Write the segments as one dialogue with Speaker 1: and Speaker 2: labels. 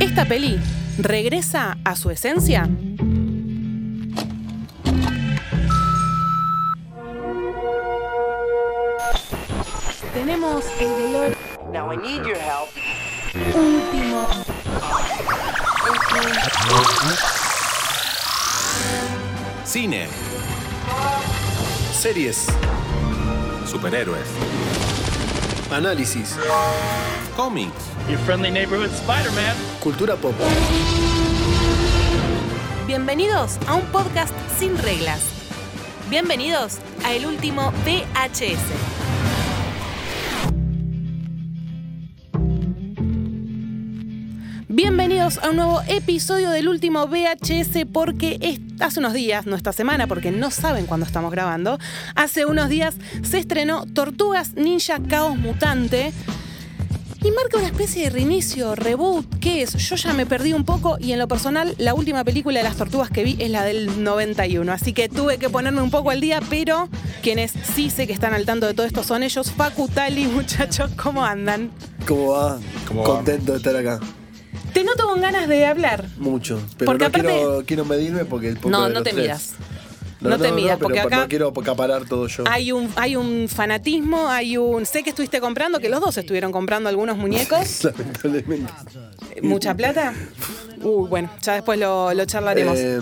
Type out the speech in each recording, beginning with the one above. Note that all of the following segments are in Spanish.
Speaker 1: Esta peli regresa a su esencia. Tenemos el dolor
Speaker 2: Now I need your help.
Speaker 1: último.
Speaker 3: Cine. Series. Superhéroes. Análisis. Cómics.
Speaker 4: Your friendly neighborhood Spider-Man.
Speaker 3: Cultura pop.
Speaker 1: Bienvenidos a un podcast sin reglas. Bienvenidos a el último VHS. Bienvenidos a un nuevo episodio del último VHS porque es- hace unos días, no esta semana porque no saben cuándo estamos grabando, hace unos días se estrenó Tortugas Ninja Caos Mutante y marca una especie de reinicio, reboot, ¿qué es? Yo ya me perdí un poco y en lo personal la última película de las tortugas que vi es la del 91, así que tuve que ponerme un poco al día, pero quienes sí sé que están al tanto de todo esto son ellos, Facu, Tali, muchachos, ¿cómo andan?
Speaker 5: ¿Cómo va?
Speaker 6: ¿Cómo va?
Speaker 5: Contento de estar acá.
Speaker 1: Te noto con ganas de hablar.
Speaker 5: Mucho. Pero
Speaker 1: Porque
Speaker 5: no
Speaker 1: aparte-
Speaker 5: quiero, quiero medirme porque el poco
Speaker 1: No,
Speaker 5: de
Speaker 1: no
Speaker 5: los
Speaker 1: te
Speaker 5: tres.
Speaker 1: midas. No te midas,
Speaker 5: pero
Speaker 1: porque
Speaker 5: pa-
Speaker 1: acá-
Speaker 5: No quiero acaparar todo yo.
Speaker 1: Hay un, hay un fanatismo, hay un... Sé que estuviste comprando, que los dos estuvieron comprando algunos muñecos.
Speaker 5: Lamentablemente.
Speaker 1: ¿Mucha plata? Uy, bueno, ya después lo, lo charlaremos.
Speaker 5: Eh,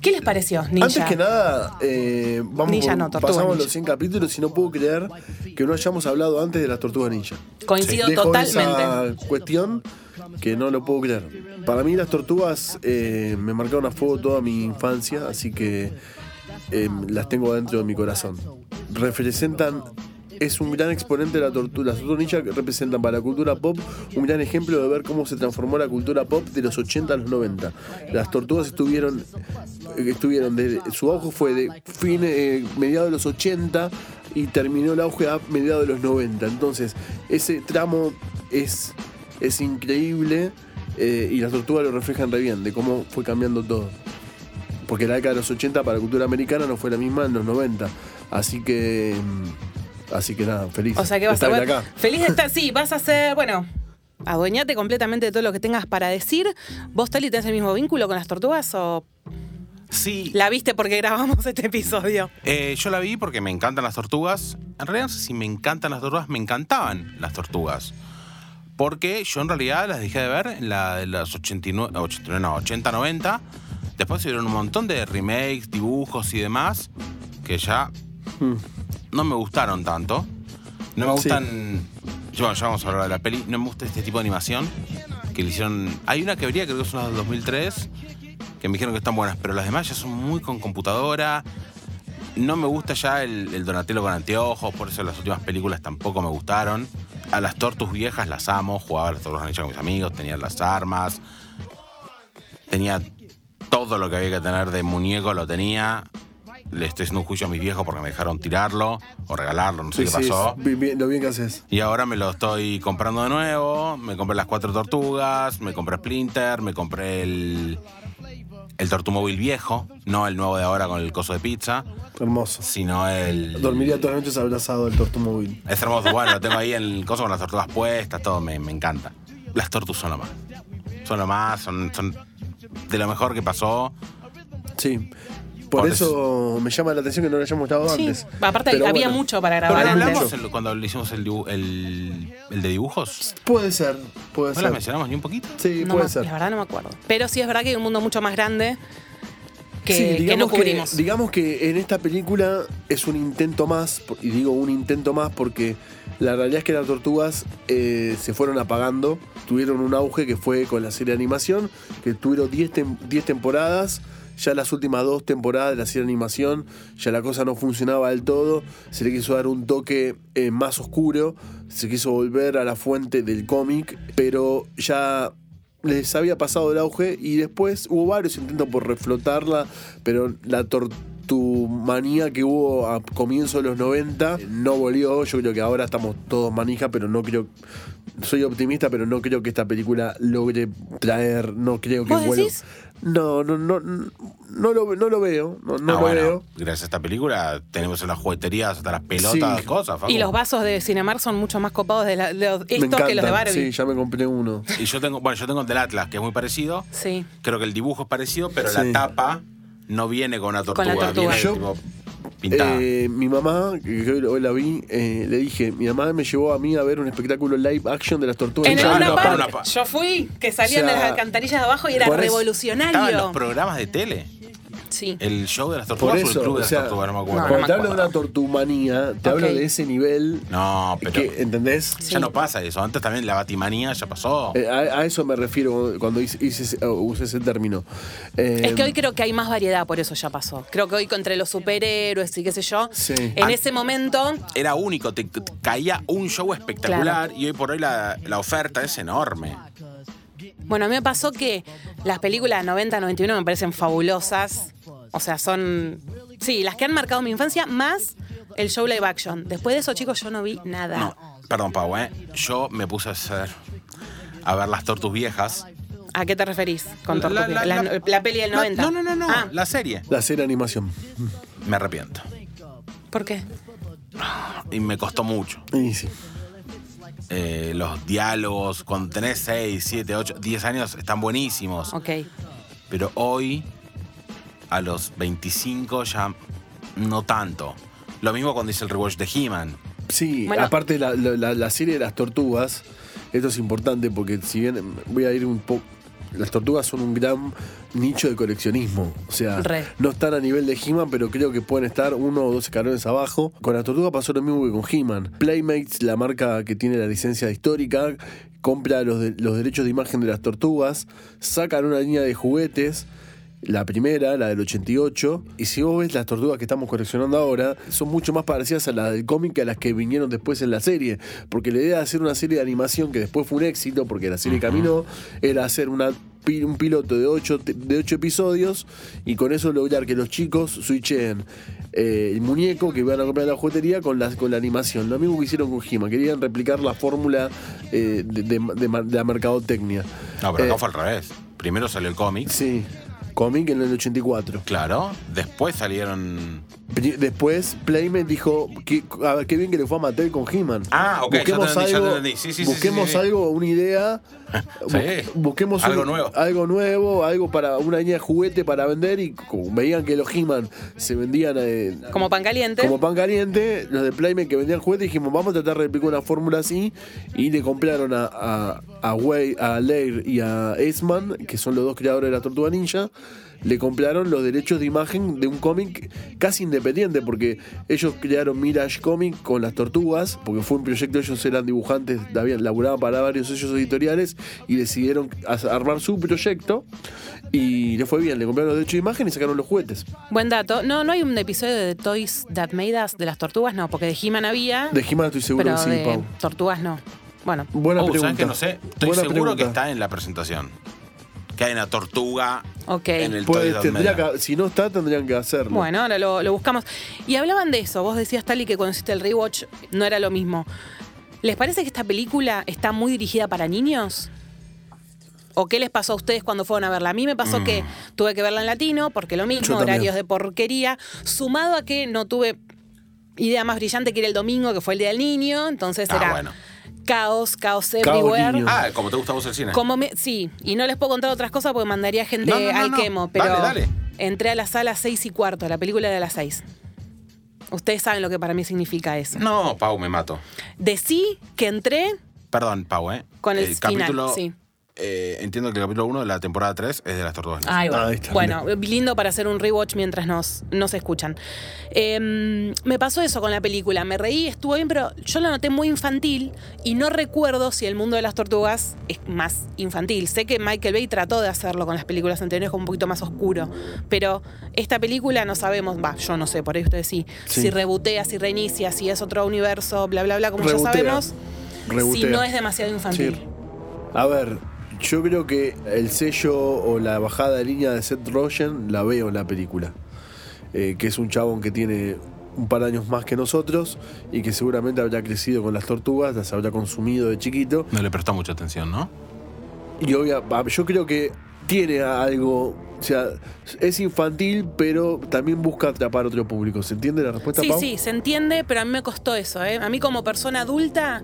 Speaker 1: ¿Qué les pareció, Ninja?
Speaker 5: antes que nada, eh, vamos
Speaker 1: Ninja
Speaker 5: por-
Speaker 1: no, tortuga
Speaker 5: pasamos
Speaker 1: ninja.
Speaker 5: los 100 capítulos y no puedo creer que no hayamos hablado antes de las tortugas ninja.
Speaker 1: Coincido
Speaker 5: Dejo
Speaker 1: totalmente.
Speaker 5: esa cuestión que no lo puedo creer. Para mí las tortugas eh, me marcaron a fuego toda mi infancia, así que eh, las tengo dentro de mi corazón. Representan es un gran exponente de la tortura. Las tortugas ninja que representan para la cultura pop un gran ejemplo de ver cómo se transformó la cultura pop de los 80 a los 90. Las tortugas estuvieron eh, estuvieron de, su auge fue de fin eh, mediados de los 80 y terminó el auge a mediados de los 90. Entonces, ese tramo es, es increíble eh, y las tortugas lo reflejan re bien, de cómo fue cambiando todo. Porque la década de los 80 para la cultura americana no fue la misma en los 90. Así que. mm, Así que nada, feliz.
Speaker 1: O sea que
Speaker 5: de
Speaker 1: vas a
Speaker 5: estar
Speaker 1: ver-
Speaker 5: acá.
Speaker 1: Feliz de estar, sí, vas a ser, bueno, adueñate completamente de todo lo que tengas para decir. ¿Vos, Tali, tenés el mismo vínculo con las tortugas o
Speaker 6: Sí,
Speaker 1: la viste porque grabamos este episodio?
Speaker 6: eh, yo la vi porque me encantan las tortugas. En realidad no sé si me encantan las tortugas, me encantaban las tortugas. Porque yo en realidad las dejé de ver en la de las 89, 89, no, 80, 90. Después hicieron un montón de remakes, dibujos y demás que ya no me gustaron tanto. No me
Speaker 5: Sí.
Speaker 6: gustan... Bueno, ya vamos a hablar de la peli. No me gusta este tipo de animación que le hicieron... Hay una que habría, creo que son las del 2003, que me dijeron que están buenas, pero las demás ya son muy con computadora. No me gusta ya el, el Donatello con anteojos, por eso las últimas películas tampoco me gustaron. A las tortus viejas las amo, jugaba a las tortus ninja con mis amigos, tenía las armas, tenía todo lo que había que tener de muñeco, lo tenía. Le estoy haciendo un juicio a mis viejos porque me dejaron tirarlo o regalarlo, no sé
Speaker 5: Sí,
Speaker 6: qué
Speaker 5: sí, es-
Speaker 6: pasó.
Speaker 5: bien- bien- lo bien que haces.
Speaker 6: Y ahora me lo estoy comprando de nuevo. Me compré las cuatro tortugas, me compré Splinter, me compré el, el tortumóvil viejo, no el nuevo de ahora con el coso de pizza,
Speaker 5: Hermoso.
Speaker 6: sino el.
Speaker 5: Dormiría todas las noches abrazado al tortumóvil.
Speaker 6: Es hermoso, bueno, lo tengo ahí en el coso con las tortugas puestas, todo, me, me encanta. Las tortugas son lo más. Son lo más, son, son de lo mejor que pasó.
Speaker 5: Sí. Por,
Speaker 6: Por
Speaker 5: eso me llama la atención que no lo hayamos grabado
Speaker 1: Sí.
Speaker 5: antes.
Speaker 1: Aparte,
Speaker 5: Pero
Speaker 1: había
Speaker 5: bueno.
Speaker 1: mucho para
Speaker 6: Pero
Speaker 1: grabar
Speaker 6: no hablamos
Speaker 1: antes.
Speaker 6: el- cuando le hicimos el, dibu- el, el de dibujos.
Speaker 5: Puede ser, puede
Speaker 6: ¿No la
Speaker 5: ser.
Speaker 6: mencionamos ni un poquito?
Speaker 5: Sí,
Speaker 1: No
Speaker 5: puede
Speaker 1: me-
Speaker 5: ser.
Speaker 1: La verdad no me acuerdo. Pero sí es verdad que hay un mundo mucho más grande que,
Speaker 5: Sí,
Speaker 1: que no cubrimos.
Speaker 5: digamos que en esta película es un intento más, por- y digo un intento más porque la realidad es que las tortugas eh, se fueron apagando, tuvieron un auge que fue con la serie de animación, que tuvieron 10 tem- 10 temporadas, ya las últimas dos temporadas de la serie de animación, ya la cosa no funcionaba del todo, se le quiso dar un toque eh, más oscuro, se quiso volver a la fuente del cómic, pero ya les había pasado el auge y después hubo varios intentos por reflotarla, pero la tor- tu manía que hubo a comienzo de los 90 no volvió. Yo creo que ahora estamos todos manija, pero no creo. Soy optimista, pero no creo que esta película logre traer. No creo que
Speaker 1: ¿Vos
Speaker 5: vuelva-
Speaker 1: decís?
Speaker 5: No, no, no, no lo, no lo veo. No, no
Speaker 6: Ah,
Speaker 5: lo
Speaker 6: bueno,
Speaker 5: veo.
Speaker 6: gracias a esta película tenemos en las jugueterías hasta las pelotas,
Speaker 5: Sí.
Speaker 6: cosas, Facu.
Speaker 1: Y los vasos de Cinemar son mucho más copados de, la- de los-
Speaker 5: Me
Speaker 1: estos que los de
Speaker 5: encantan.
Speaker 1: Barbie.
Speaker 5: Sí, ya me compré uno.
Speaker 6: Y yo tengo, bueno, yo tengo el del Atlas, que es muy parecido.
Speaker 1: Sí.
Speaker 6: Creo que el dibujo es parecido, pero
Speaker 5: Sí.
Speaker 6: la tapa no viene con una tortuga.
Speaker 1: la tortuga.
Speaker 6: Viene,
Speaker 5: Yo-
Speaker 6: tipo, pintada.
Speaker 5: Eh, mi mamá, que hoy, hoy la vi, eh, le dije, mi mamá me llevó a mí a ver un espectáculo live action de las tortugas.
Speaker 1: En el
Speaker 5: Ninja.
Speaker 6: Luna
Speaker 1: Luna
Speaker 6: Park.
Speaker 1: Park,
Speaker 6: Luna Park.
Speaker 1: yo fui, que salían
Speaker 5: O sea,
Speaker 1: de las alcantarillas de abajo y era
Speaker 5: por eso-
Speaker 6: Estaba en los
Speaker 1: revolucionario.
Speaker 6: programas de tele.
Speaker 1: Sí.
Speaker 6: El show de las tortugas
Speaker 5: Por
Speaker 6: o el
Speaker 5: eso,
Speaker 6: club
Speaker 5: o
Speaker 6: de
Speaker 5: sea,
Speaker 6: las tortugas, no me acuerdo.
Speaker 1: No.
Speaker 5: cuando te
Speaker 6: no,
Speaker 5: hablo
Speaker 6: me
Speaker 5: de una
Speaker 6: acuerdo.
Speaker 5: tortumanía, te
Speaker 1: Ok.
Speaker 5: hablo de ese nivel.
Speaker 6: No, pero
Speaker 5: que, ¿Entendés?
Speaker 6: ya no pasa eso. Antes también la batimanía ya pasó.
Speaker 5: Eh, a, a eso me refiero cuando hice, hice ese- oh, usé ese término. Eh,
Speaker 1: Es que hoy creo que hay más variedad, por eso ya pasó. Creo que hoy entre los superhéroes y qué sé yo,
Speaker 5: Sí.
Speaker 1: en ese momento
Speaker 6: Era único, te, te caía un show espectacular y hoy por hoy la, la oferta es enorme.
Speaker 1: Bueno, a mí me pasó que las películas 90, 91 me parecen fabulosas. O sea, son. Sí, las que han marcado mi infancia, más el show live action. Después de eso, chicos, yo no vi nada.
Speaker 6: No, perdón, Pau, ¿eh? Yo me puse a hacer. A ver las tortus viejas.
Speaker 1: ¿A qué te referís con
Speaker 6: La-
Speaker 1: Tortu
Speaker 6: la-
Speaker 1: Pie? la,
Speaker 6: la-
Speaker 1: la, peli del
Speaker 6: La-
Speaker 1: 90.
Speaker 6: No, no, no, no.
Speaker 1: Ah,
Speaker 6: La serie.
Speaker 5: La serie de animación.
Speaker 6: Me arrepiento.
Speaker 1: ¿Por qué?
Speaker 6: Y me costó mucho.
Speaker 5: Y sí.
Speaker 6: Eh, los diálogos, cuando tenés 6, 7, 8, 10 años, están buenísimos.
Speaker 1: Ok.
Speaker 6: Pero hoy, a los 25, ya no tanto. Lo mismo cuando hice el rewatch de He-Man.
Speaker 5: Sí,
Speaker 1: Bueno.
Speaker 5: aparte la, la- la- la serie de las tortugas, esto es importante porque si bien voy a ir un poco... Las tortugas son un gran nicho de coleccionismo. O sea,
Speaker 1: Re.
Speaker 5: no están a nivel de He-Man, pero creo que pueden estar uno o dos escalones abajo. Con las tortugas pasó lo mismo que con He-Man. Playmates, la marca que tiene la licencia histórica, compra los, de- los derechos de imagen de las tortugas, sacan una línea de juguetes. La primera, la del 88. Y si vos ves las tortugas que estamos coleccionando ahora, son mucho más parecidas a las del cómic que a las que vinieron después en la serie. Porque la idea de hacer una serie de animación que después fue un éxito, porque la serie caminó, era hacer una pi- un piloto de 8 de ocho episodios y con eso lograr que los chicos switchen eh, el muñeco que van a comprar en la juguetería con la, con la animación. Lo mismo que hicieron con He-Man. Querían replicar la fórmula eh, de, de- de ma- de la mercadotecnia.
Speaker 6: No, pero
Speaker 5: Eh,
Speaker 6: acá fue al revés. Primero salió el cómic.
Speaker 5: Sí, cómic en el 84.
Speaker 6: Claro. Después salieron.
Speaker 5: Pri- Después Playmate dijo, que, a ver, qué bien que le fue a Mattel con He-Man.
Speaker 6: Ah, ok, ya te
Speaker 5: busquemos
Speaker 6: entendí, ya te
Speaker 5: algo,
Speaker 6: entendí. Sí, sí, sí,
Speaker 5: busquemos
Speaker 6: sí, sí, sí.
Speaker 5: algo, una idea,
Speaker 6: Sí.
Speaker 5: bu- busquemos
Speaker 6: Algo
Speaker 5: un-
Speaker 6: nuevo.
Speaker 5: algo nuevo, algo para una línea de juguete para vender y como veían que los He-Man se vendían eh,
Speaker 1: Como pan caliente.
Speaker 5: como pan caliente, los de Playmate que vendían juguetes dijimos, vamos a tratar de replicar una fórmula así y le compraron a, a, a Wade, a Lair y a Eastman, que son los dos creadores de la Tortuga Ninja, le compraron los derechos de imagen de un cómic casi independiente, porque ellos crearon Mirage Comic con las tortugas, porque fue un proyecto, ellos eran dibujantes, habían laburado para varios sellos editoriales y decidieron as- armar su proyecto y le fue bien, le compraron los derechos de imagen y sacaron los juguetes.
Speaker 1: Buen dato. No, no hay un episodio de Toys That Made Us de las tortugas, no, porque de He-Man había.
Speaker 5: De He-Man estoy seguro
Speaker 1: pero
Speaker 5: que sí,
Speaker 1: de
Speaker 5: Pau.
Speaker 1: tortugas no. Bueno,
Speaker 5: Buena
Speaker 6: Oh,
Speaker 5: pregunta.
Speaker 6: ¿sabes que no sé? Estoy
Speaker 5: Buena
Speaker 6: seguro que
Speaker 5: pregunta.
Speaker 6: está en la presentación. Que hay una tortuga
Speaker 1: ok.
Speaker 6: en el
Speaker 5: Pues,
Speaker 6: Toys R Us
Speaker 5: tendría
Speaker 6: Media.
Speaker 5: que- si no está, tendrían que hacerlo.
Speaker 1: Bueno, ahora lo, lo buscamos. Y hablaban de eso. Vos decías, Tali, que cuando hiciste el rewatch no era lo mismo. ¿Les parece que esta película está muy dirigida para niños? ¿O qué les pasó a ustedes cuando fueron a verla? A mí me pasó que tuve que verla en latino, porque lo
Speaker 5: Yo
Speaker 1: mismo,
Speaker 5: también.
Speaker 1: horarios de porquería, sumado a que no tuve idea más brillante que ir el domingo, que fue el Día del Niño, entonces
Speaker 6: Ah,
Speaker 1: era
Speaker 6: bueno.
Speaker 1: caos, caos
Speaker 5: Caos
Speaker 1: everywhere.
Speaker 5: niño.
Speaker 6: Ah, como te gusta a vos el cine.
Speaker 1: Como me- sí, y no les puedo contar otras cosas porque mandaría gente
Speaker 6: No, no, no,
Speaker 1: al
Speaker 6: no.
Speaker 1: quemo, pero
Speaker 6: Dale, dale.
Speaker 1: entré a la sala 6 y cuarto, la película era a las 6. Ustedes saben lo que para mí significa eso.
Speaker 6: No, Pau, me mato.
Speaker 1: Decí que entré,
Speaker 6: Perdón, Pau, ¿eh?
Speaker 1: Con el final,
Speaker 6: capítulo.
Speaker 1: sí.
Speaker 6: eh, entiendo que el capítulo 1 de la temporada 3 es de las tortugas. Ninja.
Speaker 1: Ahí va.
Speaker 5: Ah, Ahí está,
Speaker 1: bueno, lindo para hacer un rewatch mientras nos, nos escuchan. Em, me pasó eso con la película. Me reí, estuvo bien, pero yo la noté muy infantil y no recuerdo si el mundo de las tortugas es más infantil. Sé que Michael Bay trató de hacerlo con las películas anteriores como un poquito más oscuro, pero esta película no sabemos, va, yo no sé, por ahí ustedes sí,
Speaker 5: Sí.
Speaker 1: si rebotea, si reinicia, si es otro universo, bla, bla, bla, como
Speaker 5: Rebotea.
Speaker 1: ya sabemos,
Speaker 5: Rebotea.
Speaker 1: si no es demasiado infantil.
Speaker 5: Sí. A ver, yo creo que el sello o la bajada de línea de Seth Rogen la veo en la película. eh, que es un chabón que tiene un par de años más que nosotros y que seguramente habrá crecido con las tortugas, las habrá consumido de chiquito.
Speaker 6: No le prestó mucha atención, ¿no?
Speaker 5: Y obvia- va, yo creo que tiene algo, o sea, es infantil, pero también busca atrapar otro público. ¿Se entiende la respuesta,
Speaker 1: Sí,
Speaker 5: Pau?
Speaker 1: sí, se entiende, pero a mí me costó eso. ¿eh? A mí como persona adulta,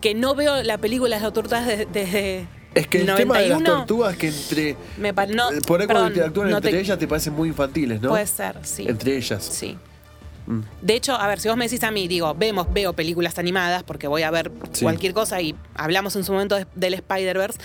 Speaker 1: que no veo la película de las tortugas de- desde...
Speaker 5: Es que el tema de las
Speaker 1: 91,
Speaker 5: tortugas que entre... eh,
Speaker 1: Me pa- no,
Speaker 5: por ahí cuando
Speaker 1: perdón,
Speaker 5: interactúan
Speaker 1: no
Speaker 5: entre
Speaker 1: te-
Speaker 5: ellas te parecen muy infantiles, ¿no?
Speaker 1: Puede ser, sí.
Speaker 5: Entre Mm. ellas.
Speaker 1: Sí. De hecho, a ver, si vos me decís a mí, digo, vemos, veo películas animadas, porque voy a ver
Speaker 5: Sí.
Speaker 1: cualquier cosa y hablamos en su momento de- del Spider-Verse,